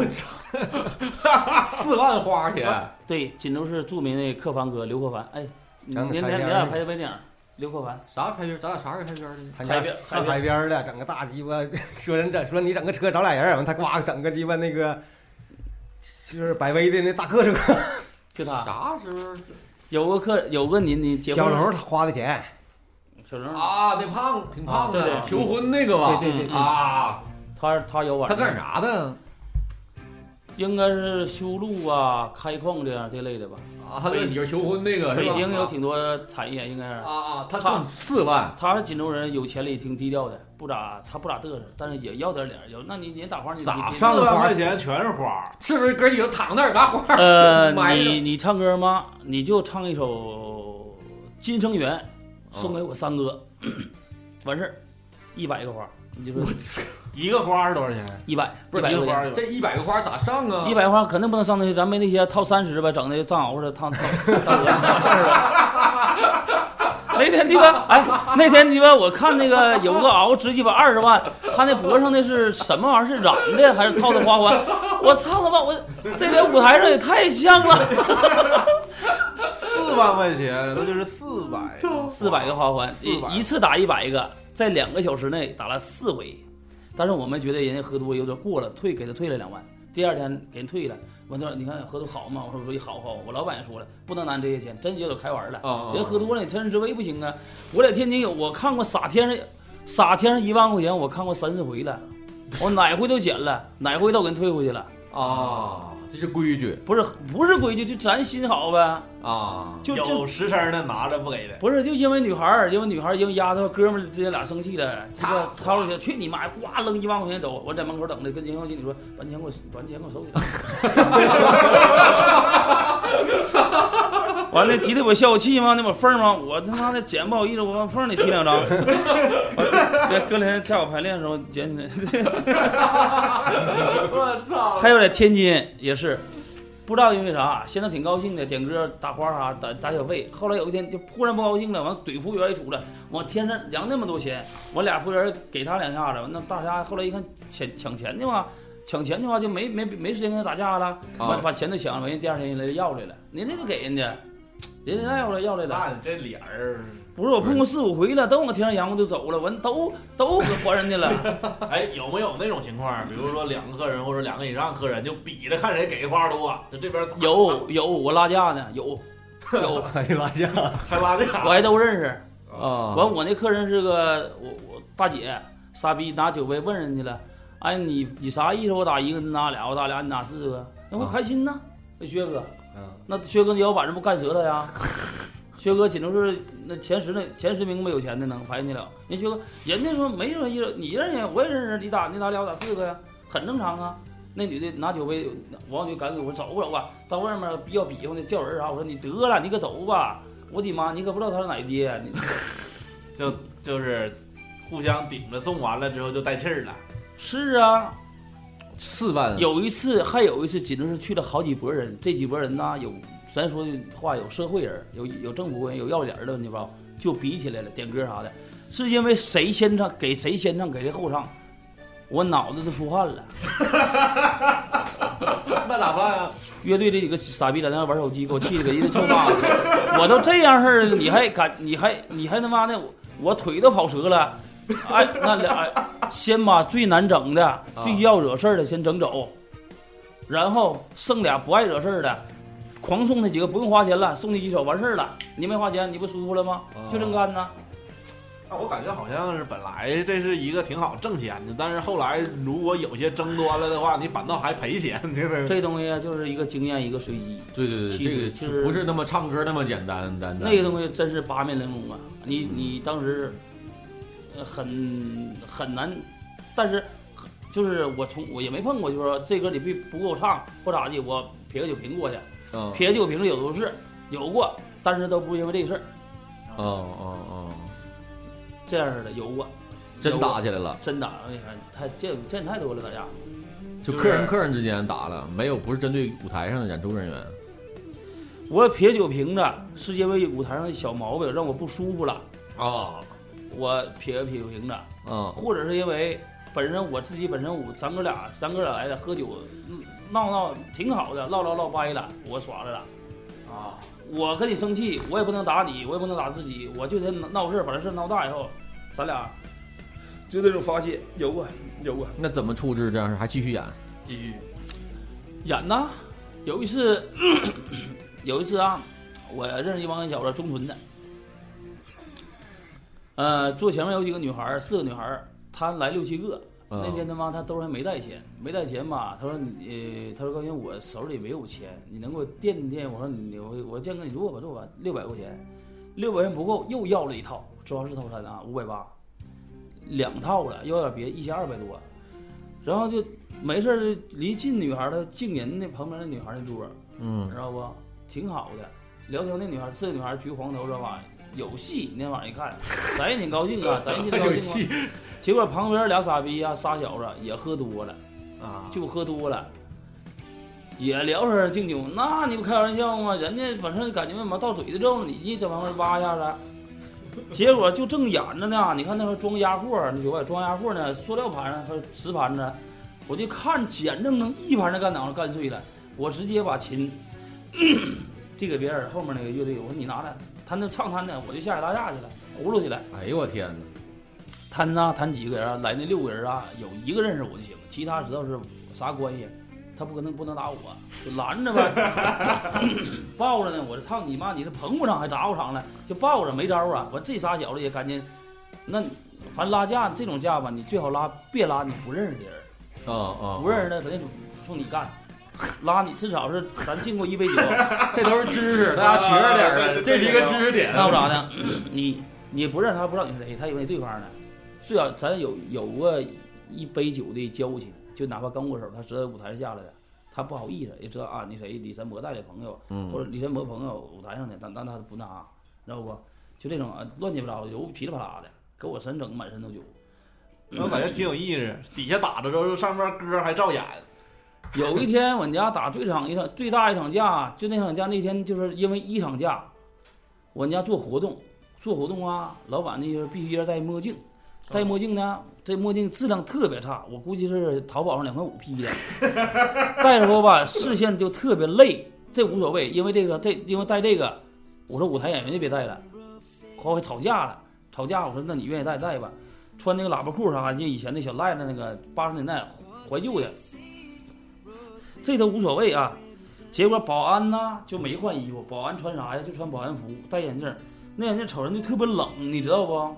[SPEAKER 1] 四万花去，
[SPEAKER 5] 啊对，锦州市著名的客帆哥刘克帆，哎，你
[SPEAKER 4] 咱
[SPEAKER 5] 你
[SPEAKER 4] 给
[SPEAKER 5] 你
[SPEAKER 4] 拍片
[SPEAKER 5] 俩你
[SPEAKER 4] 儿
[SPEAKER 5] 俩
[SPEAKER 4] 呢
[SPEAKER 5] 拍的微电影儿，刘克凡，
[SPEAKER 1] 啥开圈？咱俩啥时候开圈的呢？
[SPEAKER 4] 他
[SPEAKER 2] 海
[SPEAKER 4] 家
[SPEAKER 2] 边
[SPEAKER 4] 上海边儿的，整个大鸡巴，说人整说你整个车找俩人儿，完他呱整个鸡巴那个，就是百威的那大客车，
[SPEAKER 5] 就他
[SPEAKER 1] 啥时候？
[SPEAKER 5] 有个客有个你你结
[SPEAKER 4] 小
[SPEAKER 5] 婚
[SPEAKER 4] 龙他花的钱，
[SPEAKER 5] 小龙，
[SPEAKER 1] 啊，那胖挺胖
[SPEAKER 5] 啊对
[SPEAKER 1] 的，
[SPEAKER 5] 对
[SPEAKER 1] 求婚那个吧？
[SPEAKER 4] 对对对对
[SPEAKER 1] 啊，
[SPEAKER 5] 他他有晚
[SPEAKER 1] 他
[SPEAKER 5] 上
[SPEAKER 1] 干啥的？
[SPEAKER 5] 应该是修路啊、开矿这样这类的吧。
[SPEAKER 1] 啊，他跟媳妇求婚那个是吧
[SPEAKER 5] 北京有挺多产业，应该是。
[SPEAKER 1] 啊啊，他
[SPEAKER 5] 他
[SPEAKER 1] 挣四万，
[SPEAKER 5] 他是锦州人，有钱里挺低调的，不咋他不咋嘚瑟，但是也要点脸儿。有，那你你打花你
[SPEAKER 1] 咋
[SPEAKER 5] 你
[SPEAKER 4] 上
[SPEAKER 2] 四万
[SPEAKER 4] 花
[SPEAKER 2] 块钱全是啊花儿，
[SPEAKER 1] 是不是？哥几个躺那儿拿花，
[SPEAKER 5] 呃，
[SPEAKER 1] 埋着
[SPEAKER 5] 你你唱歌吗？你就唱一首《今生缘》，送给我三哥， 完事儿，一百个花，你就说
[SPEAKER 2] 一个花是多少钱？
[SPEAKER 5] 一百，
[SPEAKER 1] 不
[SPEAKER 5] 一
[SPEAKER 1] 是
[SPEAKER 5] 百
[SPEAKER 2] 一
[SPEAKER 5] 块
[SPEAKER 2] 个花
[SPEAKER 5] 钱。
[SPEAKER 2] 儿有
[SPEAKER 1] 这一百个花咋上啊？
[SPEAKER 5] 哎一百花肯定不能上那些，咱们那些套三十吧，整的藏獒似的，烫烫烫鹅烫二十。那天鸡巴，哎，那天鸡巴，我看那个有个獒值鸡巴二十万，他那脖上那是什么玩意儿？是染的还是套的花环？我操他妈！我这在舞台上也太像了，
[SPEAKER 2] 四万块钱那就是四百，
[SPEAKER 5] 四百个花环，
[SPEAKER 2] 400
[SPEAKER 5] 一一次打一百个，在两个小时内打了四回，但是我们觉得人家喝多有点过了，退给他退了两万，第二天给人退了。完之后你看喝多好吗？我说好好，我老板也说了，不能拿这些钱，真有点开玩了。
[SPEAKER 1] 啊，
[SPEAKER 5] 人喝多了，你趁人之危不行啊！我在天津有，我看过撒天上，撒天上一万块钱，我看过三四回了，我哪回都捡了， 哪回都给人退回去了。
[SPEAKER 1] 啊，这是规矩
[SPEAKER 5] 不是不是规矩，就咱心好呗，
[SPEAKER 1] 啊。
[SPEAKER 5] 就就
[SPEAKER 2] 有实声的拿着不给的，
[SPEAKER 5] 不是就因为女孩儿，因为女孩儿，因为丫头哥们儿之间俩生气了，这个吵起来，去你妈！呱扔一万块钱走，我在门口等着，跟银行经理说，把你钱给我，把你钱给我收起来。 完了，提的我笑气吗？那我缝儿吗？我他妈的捡不好意思，我往缝儿里提两张。 对，哥俩下午排练的时候捡起来。
[SPEAKER 1] 我操！
[SPEAKER 5] 还有在天津也是，不知道因为啥，现在挺高兴的，点歌打花啥打打小费。后来有一天就忽然不高兴了，完怼服务员一出来，往天上扬那么多钱，我俩服务员给他两下子，完那大家后来一看抢抢钱的话，抢钱的话就没没没时间跟他打架了，把、
[SPEAKER 1] 啊
[SPEAKER 5] 把钱都抢了，完人第二天人来要来了，人家就给人家，人家要来要来了。
[SPEAKER 2] 那你这脸儿，
[SPEAKER 5] 不是我碰过四五回了，都往天上扬我就走了，完都都给还人家了，
[SPEAKER 2] 哎，有没有那种情况？比如说两个客人或者两个以上客人就比着看谁给花多，啊就这边
[SPEAKER 5] 有有我拉架呢，有有，
[SPEAKER 4] 哎拉架，
[SPEAKER 2] 开拉架
[SPEAKER 5] 我，还都认识。
[SPEAKER 1] 啊，
[SPEAKER 5] 完，我那客人是个我我大姐，傻逼拿酒杯问人家了，哎，你你啥意思？我打一个，你拿俩，我打俩，你拿四个，那我
[SPEAKER 1] 啊
[SPEAKER 5] 开心呢。那薛哥，
[SPEAKER 4] 嗯，
[SPEAKER 5] 那薛哥那腰板上不干折他呀？ 薛哥锦州市那前十那前十名没有钱的能排进去了。人薛哥，人家说没人意思，你认识我也认识，你打你打俩，我打四个呀，很正常啊。那女的拿酒杯，完我就赶紧我说走不走啊？到外面比较比划呢，叫人啥？我说你得了，你可走吧。我的妈，你可不知道他是哪爹，你
[SPEAKER 2] 就就是互相顶着送完了之后就带气儿了。
[SPEAKER 5] 是啊，
[SPEAKER 1] 四万
[SPEAKER 5] 有一次，还有一次，锦州是去了好几拨人，这几拨人呢，有咱说句话，有社会人，有有政府官员，有要脸儿的，你知道吧，就比起来了，点歌啥的，是因为谁先唱给谁先唱，给谁后唱，我脑子都出汗了。
[SPEAKER 1] 那咋办啊？
[SPEAKER 5] 乐队这几个傻逼在那玩手机，给我气的给人家臭骂了。我都这样式儿了，你还敢？你还你还他妈的，我我腿都跑折了。哎，那俩、哎先把最难整的、最要惹事儿的先整走，然后剩俩不爱惹事儿的，狂送那几个不用花钱了，送那几首完事儿了。你没花钱，你不舒服了吗？
[SPEAKER 1] 啊
[SPEAKER 5] 就这么干呢。
[SPEAKER 2] 那我感觉好像是本来这是一个挺好挣钱的，但是后来如果有些争端了的话，你反倒还赔钱，对不对？
[SPEAKER 5] 这东西啊就是一个经验，一个随机。
[SPEAKER 1] 对对对，
[SPEAKER 5] 其实
[SPEAKER 1] 这
[SPEAKER 5] 其
[SPEAKER 1] 个
[SPEAKER 5] 实
[SPEAKER 1] 不是那么唱歌那么简单单单。
[SPEAKER 5] 那个东西真是八面玲珑啊！你
[SPEAKER 1] 嗯
[SPEAKER 5] 你当时呃很很难，但是就是我从我也没碰过，就是说这歌你必不够唱或咋的，我撇个酒瓶过去，
[SPEAKER 1] 啊
[SPEAKER 5] 撇酒瓶子有的是有过，但是都不是因为这事儿，
[SPEAKER 1] 啊啊啊！
[SPEAKER 5] 这样似的有过，
[SPEAKER 1] 真打起来了，
[SPEAKER 5] 真打，哎呀，太见见太多了，大家
[SPEAKER 1] 就
[SPEAKER 2] 就是
[SPEAKER 1] 客人客人之间打了，没有不是针对舞台上的演出人员。
[SPEAKER 5] 我撇酒瓶子是因为舞台上的小毛病让我不舒服了，
[SPEAKER 1] 啊
[SPEAKER 5] 我撇个酒瓶子。
[SPEAKER 1] 啊
[SPEAKER 5] 或者是因为本身我自己本身我咱哥俩咱哥俩来了喝酒嗯闹闹挺好的，唠唠唠掰了，我耍着了。
[SPEAKER 2] 啊，
[SPEAKER 5] 我跟你生气，我也不能打你，我也不能打自己，我就得闹事儿，把这事儿闹大以后，咱俩就那种发泄，有过有啊过。
[SPEAKER 1] 那怎么处置这样事儿？还继续演？
[SPEAKER 2] 继续
[SPEAKER 5] 演呐，有一次， 有一次啊，我认识一帮小子，中纯的，呃，坐前面有几个女孩儿，四个女孩儿，她来六七个。
[SPEAKER 1] 嗯
[SPEAKER 5] 那天他妈她兜儿还没带钱，没带钱吧？她说你，呃她说高鑫，我手里没有钱，你能给我垫垫？我说你，我我先给你做吧，做吧，六百块钱，六百块钱不够，又要了一套中央式套餐啊，五百八，两套了，要点别一千二百多，然后就没事儿就离近女孩儿的敬人那旁边那女孩儿那桌儿，
[SPEAKER 1] 嗯
[SPEAKER 5] 知道不？挺好的，聊天那女孩儿，这女孩儿举黄头知道吧？有戏，那晚上一看， 咱也挺高兴啊，咱也挺高兴、啊。
[SPEAKER 1] 有戏
[SPEAKER 5] 结果旁边俩傻逼呀、啊仨小子也喝多了，
[SPEAKER 2] 啊，
[SPEAKER 5] 就喝多了，也聊上敬酒。那你不开玩笑吗？人家本身感觉嘛到嘴就肉了，你一在旁边挖一下子，结果就正演着呢。你看那时候装鸭货，那酒吧装鸭货呢，塑料盘子和瓷盘子，我就看简正能一盘子干脑上干碎了，我直接把琴 递给别人后面那个乐队，我说你拿来，他那唱他的，我就下去拉架去了，葫芦去了。
[SPEAKER 1] 哎呦我天哪！
[SPEAKER 5] 摊呐、摊几个人啊？来那六个人啊，有一个认识我就行，其他知道是啥关系，他不可能不能打我，就拦着呗， 抱着呢。我这操你妈！你是捧我场还砸我场了？就抱着没招啊！我这仨小子也赶紧，那你反正拉架这种架吧，你最好拉别拉你不认识的
[SPEAKER 1] 啊
[SPEAKER 5] 人，
[SPEAKER 1] 啊！
[SPEAKER 5] 不认识的肯定冲你干，拉你至少是咱敬过一杯酒，
[SPEAKER 1] 这都是知识，大家学着点
[SPEAKER 2] 啊
[SPEAKER 1] 儿呗。
[SPEAKER 2] 对对
[SPEAKER 1] 这是一个
[SPEAKER 2] 对
[SPEAKER 1] 知识点。
[SPEAKER 5] 那不咋的，你你不认识他，不知道你是谁，他以为你对方呢。最少咱有有过一杯酒的交情，就哪怕刚握手，他知道舞台下来的，他不好意思，也知道啊，你谁李神博带的朋友，
[SPEAKER 1] 嗯
[SPEAKER 5] 或者李神博朋友舞台上的，但但他不那啥，知道不？就这种啊，乱七八糟的，油噼里啪啦的，给我神整满身都酒。
[SPEAKER 2] 我感觉挺有意思。底下打着之后，上面歌还照演，
[SPEAKER 5] 有一天，我们家打最场一场最大一场架，就那场架那天就是因为一场架，我们家做活动，做活动啊，老板那就是必须要戴墨镜，戴墨镜呢，这墨镜质量特别差，我估计是淘宝上两块五批的，戴着后吧视线就特别累，这无所谓，因为这个这因为戴这个，我说舞台演员就别戴了，后来吵架了，吵架我说那你愿意戴戴吧，穿那个喇叭裤啥，就以前那小赖的那个八十年代怀旧的。这都无所谓啊。结果保安呢就没换衣服，保安穿啥呀？就穿保安服，戴眼镜儿，那眼镜瞅人就特别冷，你知道不？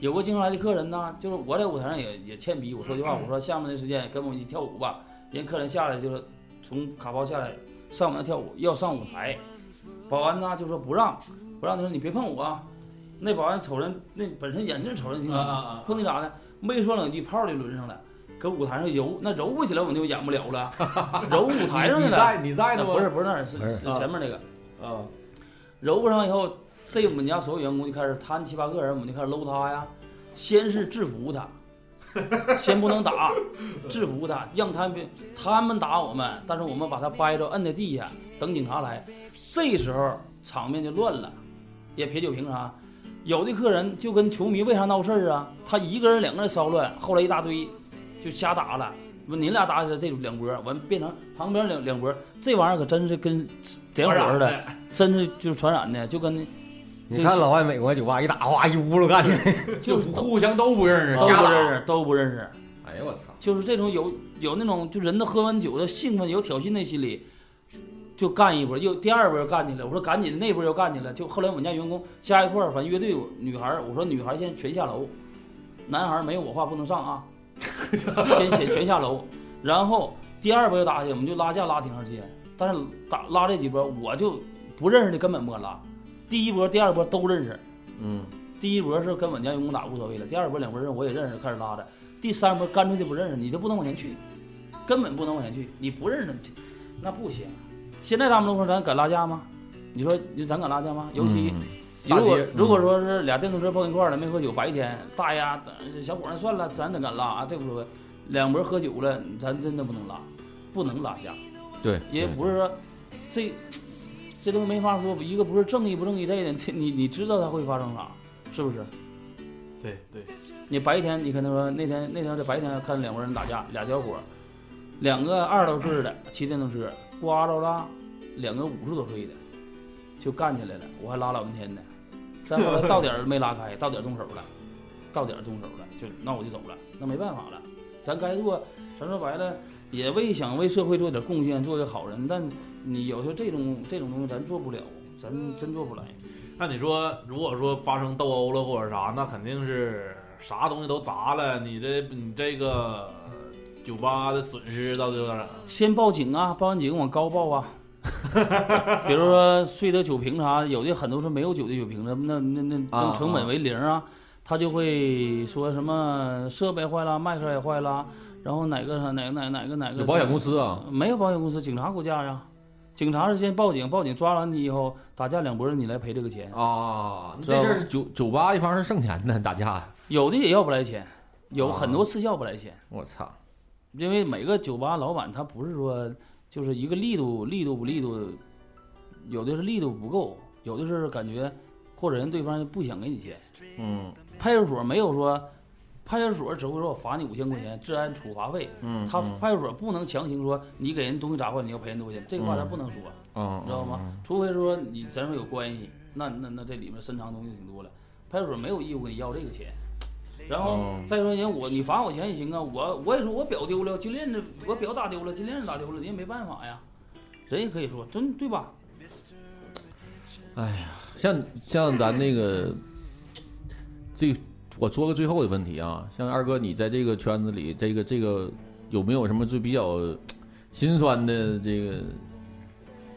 [SPEAKER 5] 有个经常来的客人呢，就是我在舞台上也也欠逼，我说句话，我说下面的时间跟我们一起跳舞吧。人客人下来就是从卡包下来上我们那跳舞，要上舞台，保安呢就说不让，不让他说你别碰我啊。那保安瞅人，那本身眼镜瞅人挺冷，
[SPEAKER 2] 啊
[SPEAKER 5] 碰那啥呢？没说两句，泡就抡上了，搁舞台上揉，那揉不起来，我们就演不了了，揉舞台上去
[SPEAKER 1] 你
[SPEAKER 5] 了。
[SPEAKER 1] 在你在呢
[SPEAKER 5] 啊
[SPEAKER 1] 吗？
[SPEAKER 5] 不是不是那儿，是
[SPEAKER 4] 不是
[SPEAKER 5] 是
[SPEAKER 1] 啊
[SPEAKER 5] 前面那个。
[SPEAKER 2] 啊，
[SPEAKER 5] 揉不上以后，这我们家所有员工就开始摊七八个人，我们就开始搂他呀。先是制服他，先不能打，制服他，让他们他们打我们，但是我们把他掰着摁在地下，等警察来。这时候场面就乱了，也撇酒瓶啥。有的客人就跟球迷为啥闹事儿啊？他一个人、两个人骚乱，后来一大堆就瞎打了。问你俩打起来这两波，完变成旁边两两波，这玩意儿可真是跟点火似的，真是就是传染的，就跟
[SPEAKER 4] 你看老外美国酒吧一打，哗一屋噜干 去，
[SPEAKER 1] 就
[SPEAKER 5] 就是
[SPEAKER 1] 是互相都不认识，
[SPEAKER 5] 都
[SPEAKER 1] 瞎
[SPEAKER 5] 不
[SPEAKER 1] 打。
[SPEAKER 5] 认识，都不认识，
[SPEAKER 1] 哎呦我操！
[SPEAKER 5] 就是这种有有那种就人都喝完酒的兴奋有挑衅的心理，就干一波，又第二波又干起来。我说赶紧那波又干起来，就后来我们家员工加一块儿，反正乐队女孩儿，我说女孩儿现在全下楼，男孩儿没有我话不能上啊， 先写全下楼，然后第二波又打起来，我们就拉架拉挺长时间，但是打拉这几波我就不认识的根本不敢拉，第一波第二波都认识。
[SPEAKER 1] 嗯，
[SPEAKER 5] 第一波是跟稳家员工打无所谓了，第二波两波人我也认识，开始拉着，第三波干脆就不认识，你都不能往前去，根本不能往前去，你不认识那不行。啊现在他们都说咱敢拉架吗？你说你咱敢拉架吗？尤其
[SPEAKER 1] 嗯
[SPEAKER 5] 如果、
[SPEAKER 1] 打劫嗯
[SPEAKER 5] 如果说是俩电动车碰一块儿了，没喝酒，白
[SPEAKER 1] 嗯
[SPEAKER 5] 天大爷啊呃小伙儿算了，咱得敢拉啊，这无所谓。两波喝酒了，咱真的不能拉，不能拉架。
[SPEAKER 1] 对，
[SPEAKER 5] 因为不是说这这东西没法说，一个不是正义不正义这一点，这你你知道它会发生啥，是不是？
[SPEAKER 2] 对对，
[SPEAKER 5] 你白天你可能说那天那天在白天看两拨人打架，俩小伙儿，两个二十多岁的骑电动车，刮着了两个五十多岁的，就干起来了，我还拉老半天呢。再后来到点儿没拉开，到点儿动手了，到点儿动手了，就那我就走了，那没办法了，咱该做，咱说白了也为想为社会做点贡献，做个好人，但你有时候这种这种东西咱做不了，咱真做不来。
[SPEAKER 2] 那你说，如果说发生斗殴了或者啥，那肯定是啥东西都砸了，你这你这个酒吧的损失到底有多少？
[SPEAKER 5] 先报警啊，报完警往高报啊。 比如说碎的酒瓶啥，有的很多是没有酒的酒瓶子，那那那
[SPEAKER 1] 啊
[SPEAKER 5] 都成本为零啊，他就会说什么设备坏了，麦克也坏了，然后哪个哪个哪个哪个哪个
[SPEAKER 1] 有保险公司啊，
[SPEAKER 5] 没有保险公司，警察估价呀，警察是先报警，报警抓完你以后打架两拨人，你来赔这个钱，
[SPEAKER 1] 啊，
[SPEAKER 5] 知道
[SPEAKER 1] 这
[SPEAKER 5] 吧
[SPEAKER 1] 事儿酒酒吧一方是挣钱的，打架，
[SPEAKER 5] 有的也要不来钱，有
[SPEAKER 1] 啊
[SPEAKER 5] 很多次要不来钱。
[SPEAKER 1] 我操，
[SPEAKER 5] 因为每个酒吧老板他不是说就是一个力度力度不力度，有的是力度不够，有的是感觉或者人对方不想给你钱。
[SPEAKER 1] 嗯
[SPEAKER 5] 派出所没有说，派出所只会说我罚你五千块钱治安处罚费，
[SPEAKER 1] 嗯，
[SPEAKER 5] 他
[SPEAKER 1] 嗯
[SPEAKER 5] 派出所不能强行说你给人东西砸坏你要赔人多少钱，这个话他不能说，
[SPEAKER 1] 嗯，
[SPEAKER 5] 你知道吗？除非说你咱说有关系，那那那这里面深藏东西挺多了，派出所没有义务跟你要这个钱。然后
[SPEAKER 1] 嗯
[SPEAKER 5] 再说人我你罚我钱也行啊，我我也说我表丢了，金链子我表打丢了，金链子打丢了，人也没办法呀，人也可以说真对吧？
[SPEAKER 1] 像像咱那个，这我说个最后的问题啊，像二哥，你在这个圈子里，这个这个有没有什么最比较呃心酸的这个，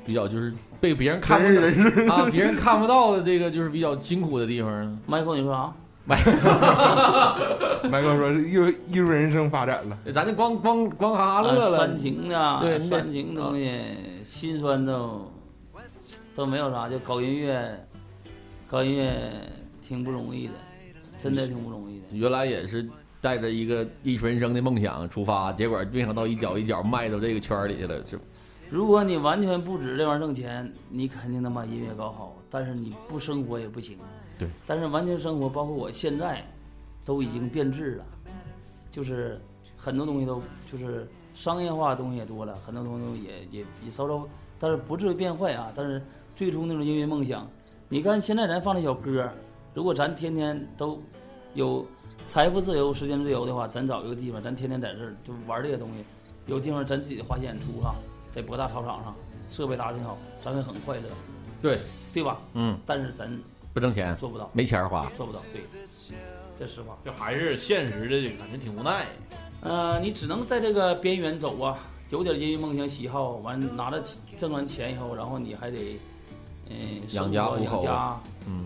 [SPEAKER 1] 比较就是被别人看不到啊，别人看不到的这个就是比较辛苦的地方呢？
[SPEAKER 5] 迈克你说啥、啊
[SPEAKER 3] 麦克说是艺术艺术人生发展了，
[SPEAKER 1] 咱就光光光哈哈乐
[SPEAKER 5] 啊
[SPEAKER 1] 了
[SPEAKER 5] 煽，情的，
[SPEAKER 1] 对啊
[SPEAKER 5] 煽情的东西，心酸都都没有啥，就搞音乐，搞音乐挺不容易的，真的挺不容易的。
[SPEAKER 1] 原来也是带着一个艺术人生的梦想出发，结果没想到一脚一脚迈到这个圈儿里去了，就
[SPEAKER 5] 如果你完全不指这玩意儿挣钱，你肯定能把音乐搞好，但是你不生活也不行。
[SPEAKER 1] 对，
[SPEAKER 5] 但是完全生活，包括我现在，都已经变质了，就是很多东西都就是商业化的东西也多了，很多东西都也也也稍稍，但是不至于变坏啊。但是最初那种音乐梦想，你看现在咱放的小歌，如果咱天天都有财富自由、时间自由的话，咱找一个地方，咱天天在这儿就玩这些东西，有地方咱自己花钱演出哈、在博大操场上，设备搭得挺好，咱会很快乐，
[SPEAKER 1] 对，
[SPEAKER 5] 对吧？
[SPEAKER 1] 嗯，
[SPEAKER 5] 但是咱
[SPEAKER 1] 不挣钱，
[SPEAKER 5] 做不到，
[SPEAKER 1] 没钱儿花，
[SPEAKER 5] 做不到，对，这实话。
[SPEAKER 2] 就还是现实的，感觉挺无奈。
[SPEAKER 5] 呃，你只能在这个边缘走啊，有点音乐梦想、喜好，完拿着挣完钱以后，然后你还得，嗯、
[SPEAKER 1] 养家
[SPEAKER 5] 生活
[SPEAKER 1] 糊口啊
[SPEAKER 5] 养家糊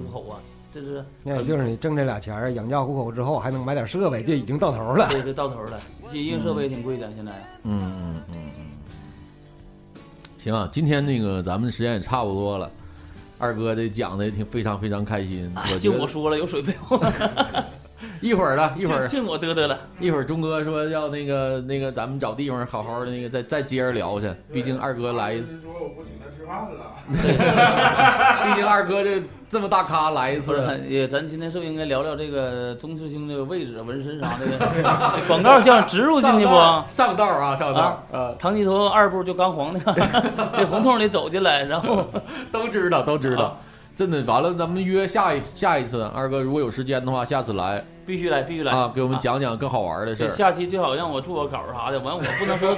[SPEAKER 1] 嗯，
[SPEAKER 5] 口啊，这是
[SPEAKER 4] 那也就是你挣这俩钱儿，养家糊口之后，还能买点设备，就已经到头了。
[SPEAKER 5] 对，这到头了。音乐设备也挺贵的，现在。
[SPEAKER 1] 嗯嗯嗯嗯，行啊，今天那个咱们时间也差不多了，二哥这讲的也挺非常非常开心，我觉
[SPEAKER 5] 净哎我
[SPEAKER 1] 得
[SPEAKER 5] 说了有水平，
[SPEAKER 1] 一会儿了，一会儿
[SPEAKER 5] 净我嘚嘚了。
[SPEAKER 1] 一会儿钟哥说要那个那个咱们找地方好好的那个再再接着聊去，毕竟二哥来，
[SPEAKER 3] 说我不请他吃饭了，
[SPEAKER 1] 毕竟二哥这这么大咖来一啊
[SPEAKER 5] 不
[SPEAKER 1] 次，
[SPEAKER 5] 是，也咱今天是不是应该聊聊这个钟世清这个位置、纹身 啥的？这广告像植入进去不？
[SPEAKER 1] 上道儿啊，上道儿，呃，
[SPEAKER 5] 唐鸡头二部就刚黄那 个，那胡同里走进来，然后
[SPEAKER 1] 都知道，都知
[SPEAKER 5] 啊
[SPEAKER 1] 道。真的，完了，咱们约下一下一次，二哥如果有时间的话，下次来
[SPEAKER 5] 必须来，必须来
[SPEAKER 1] 啊，给我们讲讲更好玩的事
[SPEAKER 5] 这
[SPEAKER 1] 儿。
[SPEAKER 5] 下期最好让我做个稿啥的，完我不能 说，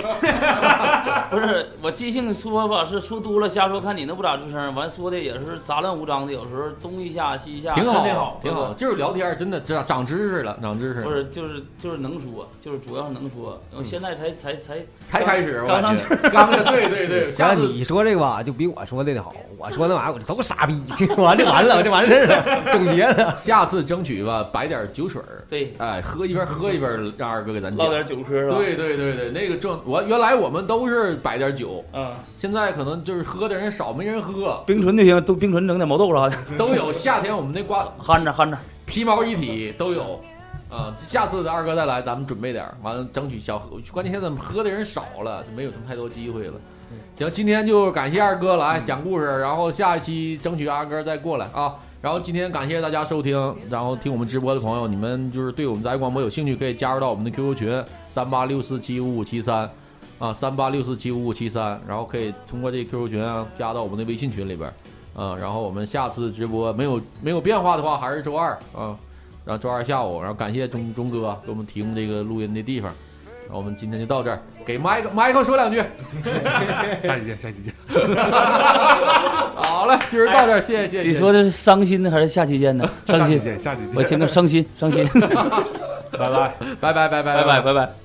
[SPEAKER 5] 不是我即兴说吧，是说多了瞎说，看你那不咋吱声，完说的也是杂乱无章的，有时候东一下西一下，
[SPEAKER 1] 挺
[SPEAKER 2] 真挺
[SPEAKER 1] 好
[SPEAKER 2] 好，
[SPEAKER 1] 挺好，就是聊天儿，真的长长知识了，长知识
[SPEAKER 5] 不
[SPEAKER 1] 了。
[SPEAKER 5] 是嗯就是就是能说，就是主要是能说，我现在才才才
[SPEAKER 1] 才开始，我
[SPEAKER 5] 刚
[SPEAKER 1] 感觉 刚才对对 对，下
[SPEAKER 4] 像
[SPEAKER 1] 次
[SPEAKER 4] 你说这个吧，就比我说的好。我说那玩意儿，我就都傻逼， 这完就完了，我就完事儿了， 总结了。
[SPEAKER 1] 下次争取吧，摆点儿酒水儿，
[SPEAKER 5] 对
[SPEAKER 1] 哎，喝一边儿喝一边儿，让二哥给咱
[SPEAKER 5] 唠
[SPEAKER 1] 讲。
[SPEAKER 5] 点酒嗑是吧？，
[SPEAKER 1] 对对对对，那个正我原来我们都是摆点儿酒，
[SPEAKER 5] 嗯，
[SPEAKER 1] 现在可能就是喝的人少，没人喝，
[SPEAKER 5] 冰醇就行，都冰醇整点毛豆啥的，
[SPEAKER 1] 都有。夏天我们那瓜
[SPEAKER 5] 憨着憨着，
[SPEAKER 1] 皮毛一体都有。啊，下次二哥再来，咱们准备点儿，完了争取小喝。关键现在喝的人少了，就没有什么太多机会了。行，今天就感谢二哥来讲故事，然后下一期争取二哥再过来啊。然后今天感谢大家收听，然后听我们直播的朋友，你们就是对我们杂音广播有兴趣，可以加入到我们的 QQ 群三八六四七五五七三啊，三八六四七五五七三，然后可以通过这个 QQ 群啊加到我们的微信群里边儿。啊、然后我们下次直播没有没有变化的话，还是周二啊，然后周二下午，然后感谢钟钟哥给我们提供这个录音的地方，然后我们今天就到这儿，给 Michael Michael 说两句，
[SPEAKER 3] 下期见，下期见。
[SPEAKER 1] 好嘞，今儿到这儿，谢谢谢谢，
[SPEAKER 5] 你说的是伤心的还是下期 见呢？伤
[SPEAKER 3] 下期
[SPEAKER 5] 心，
[SPEAKER 3] 见，下期见
[SPEAKER 5] 我。听个伤心，伤心，
[SPEAKER 2] 拜拜。
[SPEAKER 1] 拜拜拜拜
[SPEAKER 5] 拜拜拜拜。